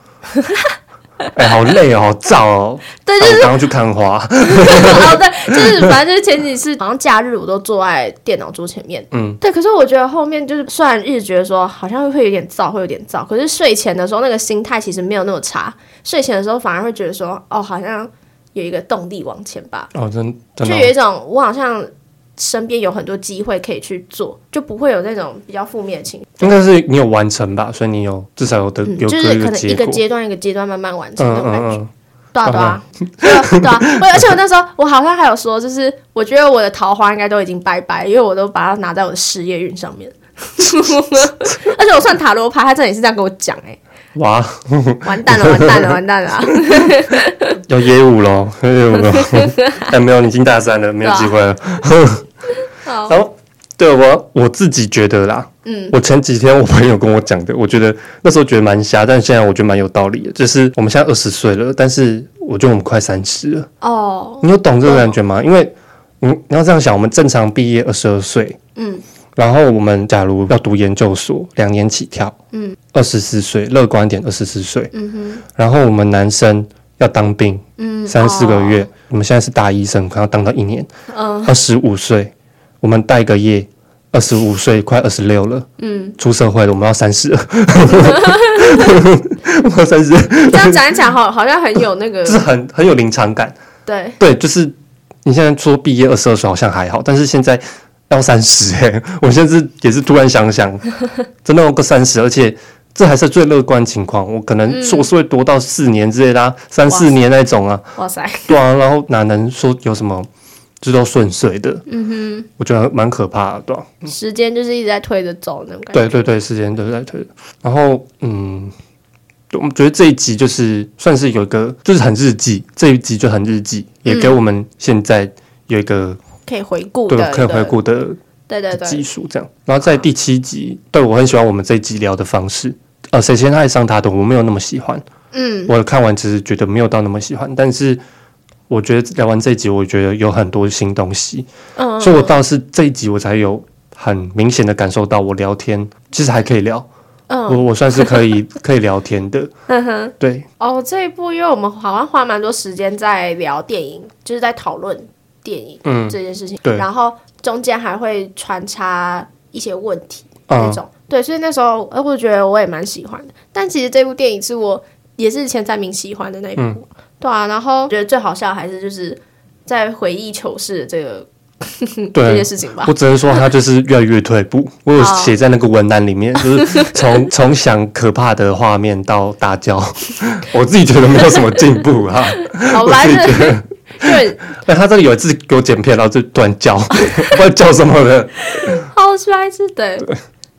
Speaker 1: 哎、好累哦，好燥哦，
Speaker 2: [laughs] 对，就
Speaker 1: 然后
Speaker 2: 是
Speaker 1: 我刚刚去看花， [laughs]
Speaker 2: 哦，对，就是反正就是前几次好像假日我都坐在电脑桌前面，
Speaker 1: 嗯
Speaker 2: 嗯，对。可是我觉得后面就是虽然一直觉得说好像会有点燥，会有点燥，可是睡前的时候那个心态其实没有那么差，睡前的时候反而会觉得说哦，好像有一个动力往前吧，
Speaker 1: 哦，真真
Speaker 2: 就
Speaker 1: 的
Speaker 2: 有
Speaker 1: 哦、
Speaker 2: 一种我好像身边有很多机会可以去做，就不会有那种比较负面的情绪，
Speaker 1: 应该是你有完成吧，所以你有至少有的、
Speaker 2: 嗯，
Speaker 1: 有
Speaker 2: 就
Speaker 1: 个
Speaker 2: 是可能
Speaker 1: 结
Speaker 2: 一个
Speaker 1: 果，
Speaker 2: 阶段一个阶段慢慢完成
Speaker 1: 嗯
Speaker 2: 那种感觉
Speaker 1: 嗯。嗯，
Speaker 2: [laughs] 对啊对啊，对啊对啊！我而且我那时候我好像还有说，就是我觉得我的桃花应该都已经拜拜，因为我都把它拿在我的事业运上面。 [laughs] 而且我算塔罗牌，他这也是这样跟我讲哎、
Speaker 1: 哇，
Speaker 2: 完蛋了，完蛋了，完蛋了啊！
Speaker 1: 要业务喽，要业务喽， [laughs] 哎，没有，你已经大三了，没有
Speaker 2: 对啊
Speaker 1: 机会了。
Speaker 2: 好
Speaker 1: 然后，对我我自己觉得啦，嗯，我前几天我朋友跟我讲的，我觉得那时候觉得蛮瞎，但现在我觉得蛮有道理的。就是我们现在二十岁了，但是我觉得我们快三十了，
Speaker 2: 哦，
Speaker 1: 你有懂这个感觉吗？因为你你要这样想，我们正常毕业二十二岁，
Speaker 2: 嗯，
Speaker 1: 然后我们假如要读研究所，两年起跳，嗯，二十四岁，乐观点二十四岁，
Speaker 2: 嗯哼，
Speaker 1: 然后我们男生要当兵，
Speaker 2: 嗯，
Speaker 1: 三四个月，我们现在是大医生，可能要当到一年，
Speaker 2: 嗯
Speaker 1: 二十五岁，我们待个业，二十五岁快二十六了，
Speaker 2: 嗯，
Speaker 1: 出社会了，我们要三
Speaker 2: [laughs]
Speaker 1: 十了， [laughs] 我们要三十，
Speaker 2: 这样讲一讲，好好像很有那个
Speaker 1: 就是很很有临场感，
Speaker 2: 对，
Speaker 1: 对，就是你现在说毕业二十二岁好像还好，但是现在要三十哎， [laughs] 我现在是也是突然想
Speaker 2: [laughs]
Speaker 1: 想，真的要个三十，而且这还是最乐观情况，我可
Speaker 2: 嗯
Speaker 1: 能硕士会多到四年之类的、啊，三四年那种啊，
Speaker 2: 哇塞，
Speaker 1: 对啊，然后哪能说有什么这都顺遂的？
Speaker 2: 嗯
Speaker 1: 我觉得蛮可怕的，对吧、
Speaker 2: 哼，时间就是一直在推着走那种感
Speaker 1: 对
Speaker 2: 觉。
Speaker 1: 对对，时间都在推。然后嗯，我们觉得这一集就是算是有一个，就是很日记，这一集就很日记，也
Speaker 2: 嗯
Speaker 1: 给我们现在有一个、
Speaker 2: 可以回顾
Speaker 1: 对
Speaker 2: 的，
Speaker 1: 可以回顾的
Speaker 2: 对，对对
Speaker 1: 技
Speaker 2: 对，
Speaker 1: 术这样。然后在第七集，对我很喜欢我们这一集聊的方式。呃，谁先爱上他的，我没有那么喜欢。
Speaker 2: 嗯，
Speaker 1: 我看完只是觉得没有到那么喜欢，但是我觉得聊完这一集，我觉得有很多新东西，
Speaker 2: 嗯
Speaker 1: 所以我倒是这一集我才有很明显的感受到，我聊天其实还可以聊，我
Speaker 2: 嗯
Speaker 1: 我算是可以可以聊天的，
Speaker 2: 嗯哼。
Speaker 1: 对，
Speaker 2: 哦，这一部因为我们好像花蛮多时间在聊电影，就是在讨论电影
Speaker 1: 嗯
Speaker 2: 这件事情，
Speaker 1: 对
Speaker 2: 然后中间还会穿插一些问题、那
Speaker 1: 嗯，
Speaker 2: 种，对，所以那时候呃我觉得我也蛮喜欢的。但其实这部电影是我也是前三名喜欢的那一部，
Speaker 1: 嗯
Speaker 2: 对啊。然后觉得最好笑的还是就是在回忆糗事的这个 [laughs] 这
Speaker 1: 对
Speaker 2: 件。事情吧
Speaker 1: 我，只能说他就是越来越退步。
Speaker 2: [laughs]
Speaker 1: 我有写在那个文案里面，
Speaker 2: 哦
Speaker 1: 就是从 [laughs] 从想可怕的画面到大叫， [laughs] 我自己觉得没有什么进步
Speaker 2: [laughs]
Speaker 1: 啊。
Speaker 2: 好吧，
Speaker 1: 自
Speaker 2: 就
Speaker 1: 己觉
Speaker 2: 是 [laughs] 对，
Speaker 1: 但他这里有一次给我剪片，然后就突然叫， [laughs] 不知道叫什么的。
Speaker 2: 好帅是的，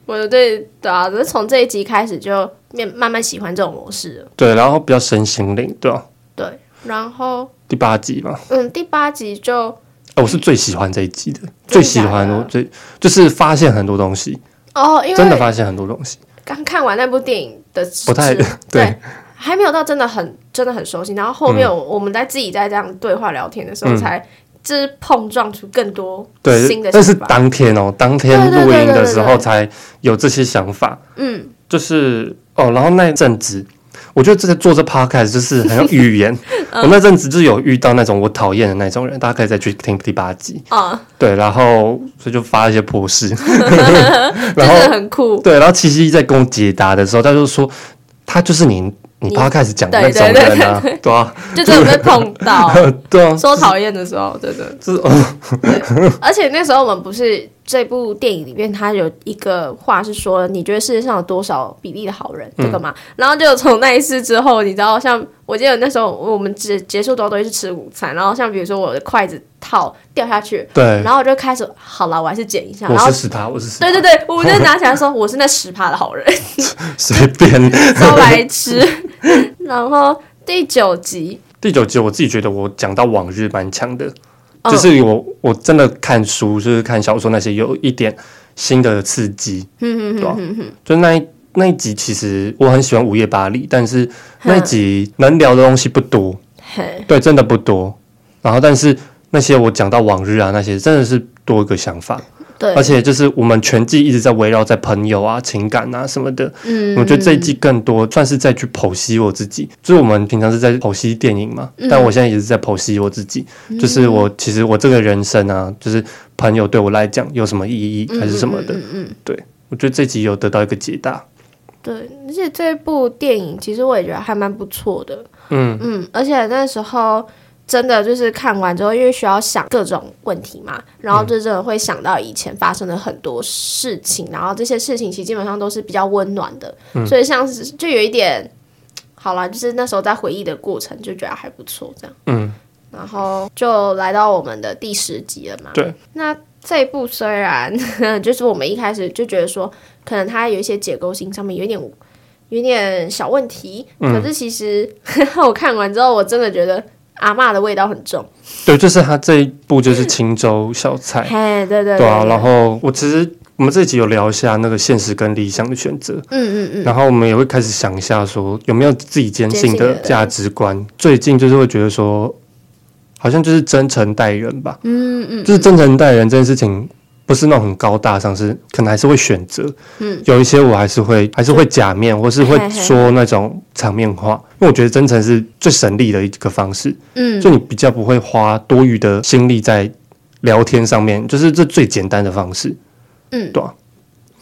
Speaker 2: 我对对啊，只是从这一集开始就面慢慢喜欢这种模式了。
Speaker 1: 对，然后比较身心灵，对吧、
Speaker 2: 对，然后
Speaker 1: 第八集嘛，
Speaker 2: 嗯，第八集就
Speaker 1: 哎我是最喜欢这一集的，最喜欢
Speaker 2: 假的
Speaker 1: 我最就是发现很多东西，
Speaker 2: 哦，因
Speaker 1: 真的
Speaker 2: 为
Speaker 1: 发现很多东西，
Speaker 2: 刚看完那部电影的时
Speaker 1: 不太 [laughs] 对
Speaker 2: 对，还没有到真的很真的很熟悉，然后后面我我们在自己在这样对话聊天的时候，才就是碰撞出更多新
Speaker 1: 嗯对，
Speaker 2: 的
Speaker 1: 但是
Speaker 2: 想法。
Speaker 1: 当天哦，当天
Speaker 2: 对对对
Speaker 1: 录音的
Speaker 2: 对对
Speaker 1: 时
Speaker 2: 对
Speaker 1: 候才有这些想法，
Speaker 2: 嗯，
Speaker 1: 就是哦，然后那一阵子，我觉得这个做这 podcast 就是很有语
Speaker 2: [laughs]
Speaker 1: 言。我那阵子就是有遇到那种我讨厌的那种人，大家可以再去听第八集。
Speaker 2: 啊、
Speaker 1: 对，然后所以就发一些破
Speaker 2: [laughs]
Speaker 1: 事， [laughs]
Speaker 2: 真
Speaker 1: 然
Speaker 2: 的
Speaker 1: 后
Speaker 2: 很酷。
Speaker 1: 对，然后七七在跟我解答的时候，他就说他就是你你
Speaker 2: 你
Speaker 1: podcast 讲的那
Speaker 2: 对
Speaker 1: 种
Speaker 2: 对对
Speaker 1: 人啊，对啊，
Speaker 2: 就真的被碰
Speaker 1: [laughs]
Speaker 2: 到。
Speaker 1: 对啊，
Speaker 2: 说讨厌的时候，对对
Speaker 1: 这哦
Speaker 2: 而且那时候我们不是这部电影里面，它有一个话是说，你觉得世界上有多少比例的好人，这个嘛？
Speaker 1: 嗯
Speaker 2: 然后就从那一次之后，你知道，像我记得那时候我们结结束之后都会去吃午餐，然后像比如说我的筷子套掉下去，
Speaker 1: 对，
Speaker 2: 然后我就开始好了，我还是捡一下，然
Speaker 1: 我
Speaker 2: 后
Speaker 1: 是。十趴，我是十，
Speaker 2: 对对，对，我就拿起来说我是那十趴的好人，
Speaker 1: 随便。 [laughs]
Speaker 2: 超白痴。然后第九集，
Speaker 1: 第九集我自己觉得我讲到往日蛮强的，
Speaker 2: 嗯
Speaker 1: 就是我我真的看书，就是看小说那些，有一点新的刺激，
Speaker 2: 嗯
Speaker 1: 对吧、就那一那一集，其实我很喜欢《午夜巴黎》，但是那一集能聊的东西不多，
Speaker 2: 嘿，
Speaker 1: 对，真的不多。然后，但是那些我讲到往日啊那些，真的是多一个想法，
Speaker 2: 对，
Speaker 1: 而且就是我们全季一直在围绕在朋友啊、情感啊什么的，
Speaker 2: 嗯，
Speaker 1: 我觉得这一季更多算是在去剖析我自己，就是我们平常是在剖析电影嘛，但我现在也是在剖析我自己，就是我其实我这个人生啊，就是朋友对我来讲有什么意义还是什么
Speaker 2: 嗯
Speaker 1: 的，对我觉得这集有得到一个解答，
Speaker 2: 对，而且这部电影其实我也觉得还蛮不错的。
Speaker 1: 嗯
Speaker 2: 嗯，而且那时候真的就是看完之后，因为需要想各种问题嘛，然
Speaker 1: 嗯
Speaker 2: 后就真的会想到以前发生的很多事情，然后这些事情其实基本上都是比较温暖的，
Speaker 1: 嗯
Speaker 2: 所以像是就有一点，好啦，就是那时候在回忆的过程就觉得还不错这样。
Speaker 1: 嗯，
Speaker 2: 然后就来到我们的第十集了嘛。
Speaker 1: 对，
Speaker 2: 那这一部虽然 [laughs] 就是我们一开始就觉得说，可能它有一些结构性上面有一点有点小问题，
Speaker 1: 嗯
Speaker 2: 可是其实 [laughs] 我看完之后，我真的觉得阿嬷的味道很重。
Speaker 1: 对，就是他这一部就是青州小菜，
Speaker 2: 嘿，对对
Speaker 1: 哎对啊，然后我其实我们这一集有聊一下那个现实跟理想的选择，
Speaker 2: 嗯嗯嗯，
Speaker 1: 然后我们也会开始想一下说有没有自己坚
Speaker 2: 坚
Speaker 1: 信
Speaker 2: 信
Speaker 1: 的
Speaker 2: 的
Speaker 1: 价值观。最近就是会觉得说，好像就是真诚待人吧，
Speaker 2: 嗯嗯，
Speaker 1: 就是真诚待人这件事情。不是那种很高大上，是可能还是会选择，
Speaker 2: 嗯，
Speaker 1: 有一些我还是会还是会假面，或是会
Speaker 2: 嘿嘿
Speaker 1: 说那种场面话，因为我觉得真诚是最省力的一个方式，
Speaker 2: 嗯
Speaker 1: 就你比较不会花多余的心力在聊天上面，就是这最简单的方式。
Speaker 2: 嗯，
Speaker 1: 对啊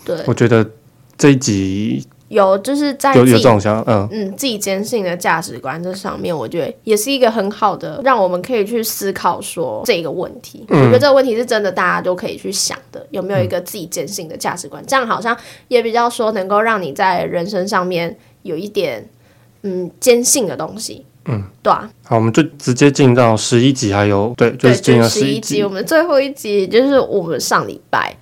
Speaker 2: 对，
Speaker 1: 我觉得这一集
Speaker 2: 有就是在
Speaker 1: 有
Speaker 2: 自
Speaker 1: 有
Speaker 2: 己
Speaker 1: 这种想，嗯，
Speaker 2: 嗯，自己坚信的价值观这上面，我觉得也是一个很好的，让我们可以去思考说这个问题。
Speaker 1: 嗯
Speaker 2: 我觉得这个问题是真的，大家都可以去想的，有没有一个自己坚信的价值观？这样好像也比较说能够让你在人生上面有一点嗯坚信的东西。嗯，对啊，
Speaker 1: 好，我们就直接进到十一集，还有对，就
Speaker 2: 对，
Speaker 1: 是进
Speaker 2: 就
Speaker 1: 到
Speaker 2: 十
Speaker 1: 一
Speaker 2: 一集，我们最后一集就是我们上礼拜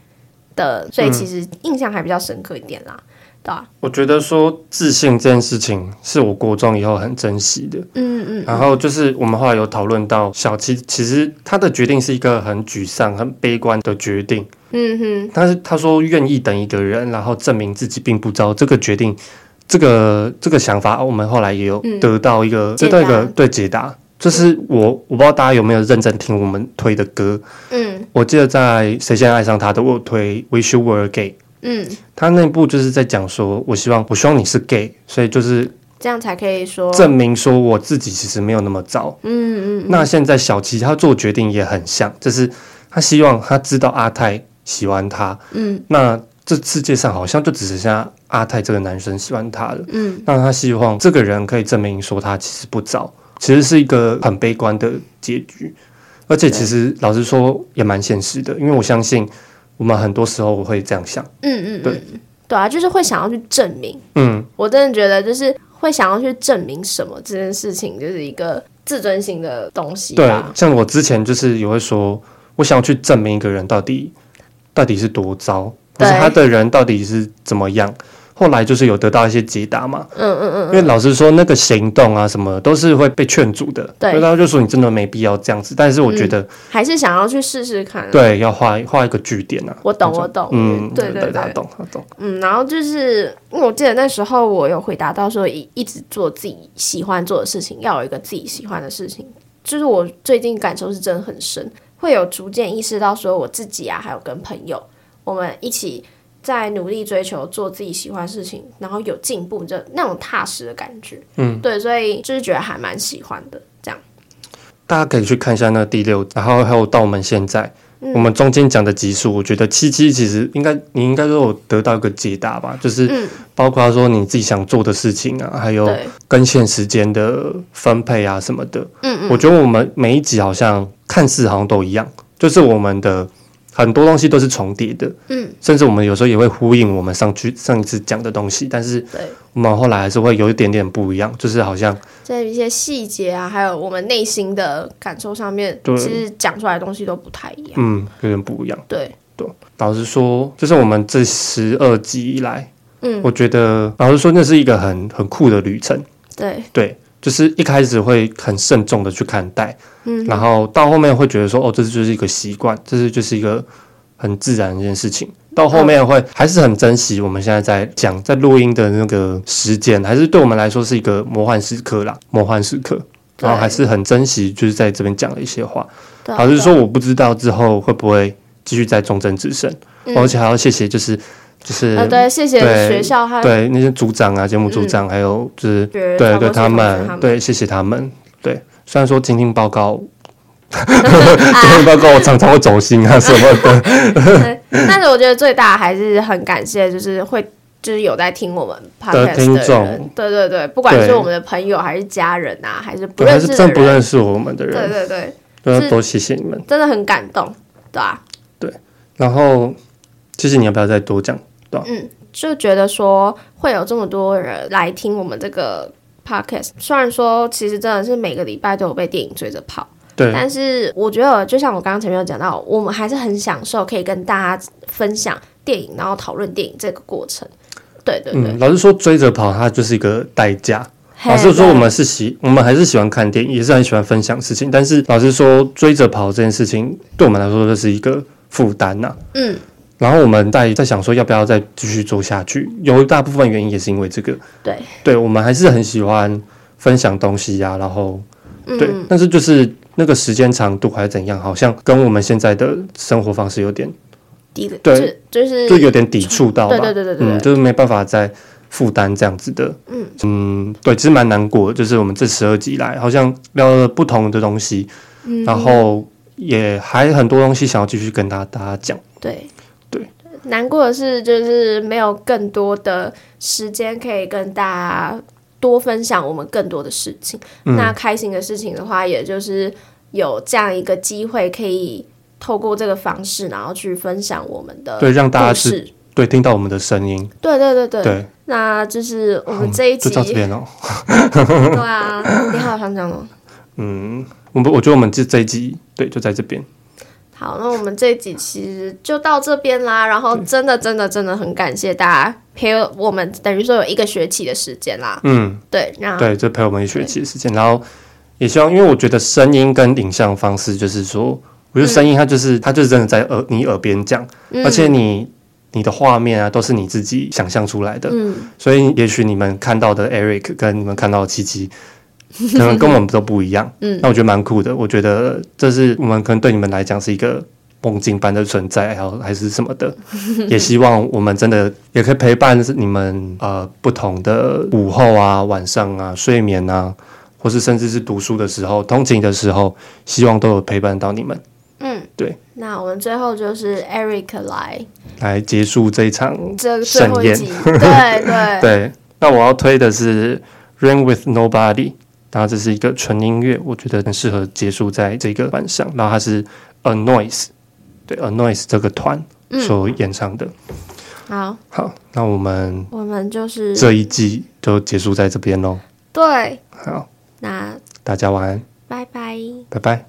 Speaker 2: 的，所以其实印象还比较深刻一点啦，对啊，
Speaker 1: 我觉得说自信这件事情是我国中以后很珍惜的。
Speaker 2: 嗯嗯，
Speaker 1: 然后就是我们后来有讨论到小七，其实他的决定是一个很沮丧、很悲观的决定。
Speaker 2: 嗯哼，
Speaker 1: 但是他说愿意等一个人，然后证明自己并不糟。这个决定，这个这个想法，我们后来也有
Speaker 2: 嗯
Speaker 1: 得到一个、
Speaker 2: 解
Speaker 1: 得到
Speaker 2: 答
Speaker 1: 一个对解答。就是我我不知道大家有没有认真听我们推的歌，
Speaker 2: 嗯
Speaker 1: 我记得在《谁先爱上他》的我有推《Wish You Were Gay》，
Speaker 2: 嗯，
Speaker 1: 他那部就是在讲说，我希望我希望你是 gay，所以就是
Speaker 2: 这样才可以说，
Speaker 1: 证明说我自己其实没有那么糟。
Speaker 2: 嗯嗯嗯，
Speaker 1: 那现在小琪他做决定也很像，就是他希望他知道阿泰喜欢他，
Speaker 2: 嗯。
Speaker 1: 那这世界上好像就只剩下阿泰这个男生喜欢他了。
Speaker 2: 嗯
Speaker 1: 那他希望这个人可以证明说他其实不糟，其实是一个很悲观的结局，而且其实老实说也蛮现实的，因为我相信我们很多时候会这样想，
Speaker 2: 嗯嗯，
Speaker 1: 对
Speaker 2: 嗯，对啊，就是会想要去证明。
Speaker 1: 嗯，
Speaker 2: 我真的觉得就是会想要去证明什么这件事情，就是一个自尊心的东西
Speaker 1: 对
Speaker 2: 吧，。
Speaker 1: 像我之前就是也会说，我想要去证明一个人到底到底是多糟，或
Speaker 2: 对
Speaker 1: 是他的人到底是怎么样。后来就是有得到一些解答嘛，
Speaker 2: 嗯嗯嗯
Speaker 1: 因为老实说，那个行动啊什么都是会被劝阻的，
Speaker 2: 对
Speaker 1: 所以他就说你真的没必要这样子。但是我觉得，
Speaker 2: 嗯，还是想要去试试看、，啊
Speaker 1: 对，要画画一个据点啊。
Speaker 2: 我懂，我懂。
Speaker 1: 嗯，
Speaker 2: 对对
Speaker 1: 他
Speaker 2: 对，
Speaker 1: 懂，他懂。
Speaker 2: 嗯，然后就是因为我记得那时候我有回答到说，一一直做自己喜欢做的事情，要有一个自己喜欢的事情。就是我最近感受是真的很深，会有逐渐意识到说我自己啊，还有跟朋友，我们一起在努力追求做自己喜欢的事情，然后有进步，就那种踏实的感觉。嗯，对，所以就是觉得还蛮喜欢的这样。
Speaker 1: 大家可以去看一下那第六，然后还有到我们现在，
Speaker 2: 嗯
Speaker 1: 我们中间讲的集数，我觉得七七其实应该你应该都有得到一个解答吧，就是包括说你自己想做的事情啊，还有
Speaker 2: 嗯对，
Speaker 1: 跟现时间的分配啊什么的。
Speaker 2: 嗯嗯，
Speaker 1: 我觉得我们每一集好像看似好像都一样，就是我们的很多东西都是重叠的，
Speaker 2: 嗯，
Speaker 1: 甚至我们有时候也会呼应我们上去上一次讲的东西，但是
Speaker 2: 对，
Speaker 1: 我们后来还是会有一点点不一样，就是好像
Speaker 2: 在一些细节啊，还有我们内心的感受上面，
Speaker 1: 对
Speaker 2: 其实讲出来的东西都不太一样。
Speaker 1: 嗯有点不一样。
Speaker 2: 对，
Speaker 1: 老实说，就是我们这十二集以来，
Speaker 2: 嗯，
Speaker 1: 我觉得老实说那是一个很很酷的旅程，
Speaker 2: 对，
Speaker 1: 对。就是一开始会很慎重的去看待，
Speaker 2: 嗯，
Speaker 1: 然后到后面会觉得说，哦，这就是一个习惯，这是就是一个很自然的一件事情。到后面
Speaker 2: 嗯
Speaker 1: 会还是很珍惜我们现在在讲在录音的那个时间，还是对我们来说是一个魔幻时刻啦，魔幻时刻。然后还是很珍惜，就是在这边讲的一些话。
Speaker 2: 对啊
Speaker 1: 老实说，，我不知道之后会不会继续在忠贞之声，
Speaker 2: 嗯
Speaker 1: 而且还要谢谢，就是就是、
Speaker 2: 呃，对，谢谢
Speaker 1: 对
Speaker 2: 学校和
Speaker 1: 对那些组长啊，节目组长，还有就是
Speaker 2: 对
Speaker 1: 对
Speaker 2: 差不
Speaker 1: 对
Speaker 2: 多是
Speaker 1: 他
Speaker 2: 同事
Speaker 1: 们
Speaker 2: 他，们
Speaker 1: 对谢谢他们。对，虽然说听听报
Speaker 2: [laughs]
Speaker 1: 告，听
Speaker 2: 啊
Speaker 1: 听报告我常常会走心啊什么的，
Speaker 2: 对 [laughs] 但是我觉得最大还是很感谢，就是会就是有在听我们 podcast
Speaker 1: 听
Speaker 2: 的人
Speaker 1: 众，
Speaker 2: 对对对，不管
Speaker 1: 对
Speaker 2: 是我们的朋友还是家人啊，还是 [laughs] 不
Speaker 1: 对，还
Speaker 2: 认
Speaker 1: 是
Speaker 2: 识的
Speaker 1: 真
Speaker 2: 人，
Speaker 1: 不认识我们的
Speaker 2: 对
Speaker 1: 人，
Speaker 2: 对对，
Speaker 1: 对，
Speaker 2: 是
Speaker 1: 多谢谢你们。
Speaker 2: 真的很感动，对啊，
Speaker 1: 然后，谢谢你要不要再多讲？
Speaker 2: 就觉得说会有这么多人来听我们这个 podcast，虽然说其实真的是每个礼拜都有被电影追着跑。
Speaker 1: 对，
Speaker 2: 但是我觉得，就像我刚刚前面有讲到，我们还是很享受可以跟大家分享电影，然后讨论电影这个过程。对对对
Speaker 1: 嗯，，老实说，追着跑它就是一个代价。
Speaker 2: 嘿
Speaker 1: 老实说，
Speaker 2: 对
Speaker 1: 我们是喜，我们还是喜欢看电影，也是很喜欢分享事情。但是老实说，追着跑这件事情对我们来说就是一个负担呐、
Speaker 2: 嗯，
Speaker 1: 然后我们在在想说要不要再继续做下去，有一大部分原因也是因为这个。
Speaker 2: 对，
Speaker 1: 对我们还是很喜欢分享东西呀、然后对，
Speaker 2: 嗯，
Speaker 1: 但是就是那个时间长度还是怎样，好像跟我们现在的生活方式有点
Speaker 2: 抵
Speaker 1: 对
Speaker 2: 就是就是
Speaker 1: 就有点抵触到吧？
Speaker 2: 对对对对对
Speaker 1: 嗯，就是没办法再负担这样子的，嗯对，其实蛮难过的，就是我们这十二集以来好像聊了不同的东西，
Speaker 2: 嗯
Speaker 1: 然后也还很多东西想要继续跟大大家讲，
Speaker 2: 对
Speaker 1: 对。
Speaker 2: 难过的是，就是没有更多的时间可以跟大家多分享我们更多的事情。
Speaker 1: 嗯
Speaker 2: 那开心的事情的话，也就是有这样一个机会，可以透过这个方式，然后去分享我们的
Speaker 1: 对，让大家
Speaker 2: 故
Speaker 1: 知
Speaker 2: 事。
Speaker 1: 对听到我们的声音，
Speaker 2: 对对对对。
Speaker 1: 对，
Speaker 2: 那就是我们这一
Speaker 1: [laughs]
Speaker 2: 集
Speaker 1: 就，到这边哦。
Speaker 2: [laughs] 对啊，你还有想讲吗？
Speaker 1: 嗯，我们我觉得我们这这一集对就在这边，
Speaker 2: 好，那我们这一集其实就到这边啦。然后真的真的真的很感谢大家陪我们，等于说有一个学期的时间啦。
Speaker 1: 嗯，
Speaker 2: 对，那
Speaker 1: 对，就陪我们一学期的时间，然后也希望，因为我觉得声音跟影像方式就是说。我觉得声音它就是、它就是真的在耳你耳边讲，
Speaker 2: 嗯
Speaker 1: 而且你你的画面啊都是你自己想象出来的，
Speaker 2: 嗯，
Speaker 1: 所以也许你们看到的 Eric 跟你们看到的七七，可能跟我们都不一样。
Speaker 2: [laughs] 嗯
Speaker 1: 那我觉得蛮酷的，我觉得这是我们可能对你们来讲是一个。梦境般的存在，还有还是什么的，也希望我们真的也可以陪伴你们呃不同的午后啊、晚上啊、睡眠啊，或是甚至是读书的时候、通勤的时候，希望都有陪伴到你们，
Speaker 2: 嗯，
Speaker 1: 对。
Speaker 2: 那我们最后就是 Eric 来
Speaker 1: 来结束这一场
Speaker 2: 这最
Speaker 1: 盛
Speaker 2: 后一
Speaker 1: 宴
Speaker 2: 集，对
Speaker 1: [laughs]
Speaker 2: 对
Speaker 1: 对，那我要推的是《Rain with Nobody》，然后这是一个纯音乐，我觉得很适合结束在这个晚上。然后它是 A Noise，对 A Noise 这个团
Speaker 2: 嗯
Speaker 1: 所演唱的。
Speaker 2: 好，
Speaker 1: 好，那我们
Speaker 2: 我们就是
Speaker 1: 这一季就结束在这边喽。
Speaker 2: 对，
Speaker 1: 好，
Speaker 2: 那
Speaker 1: 大家晚安，
Speaker 2: 拜拜。
Speaker 1: 拜拜。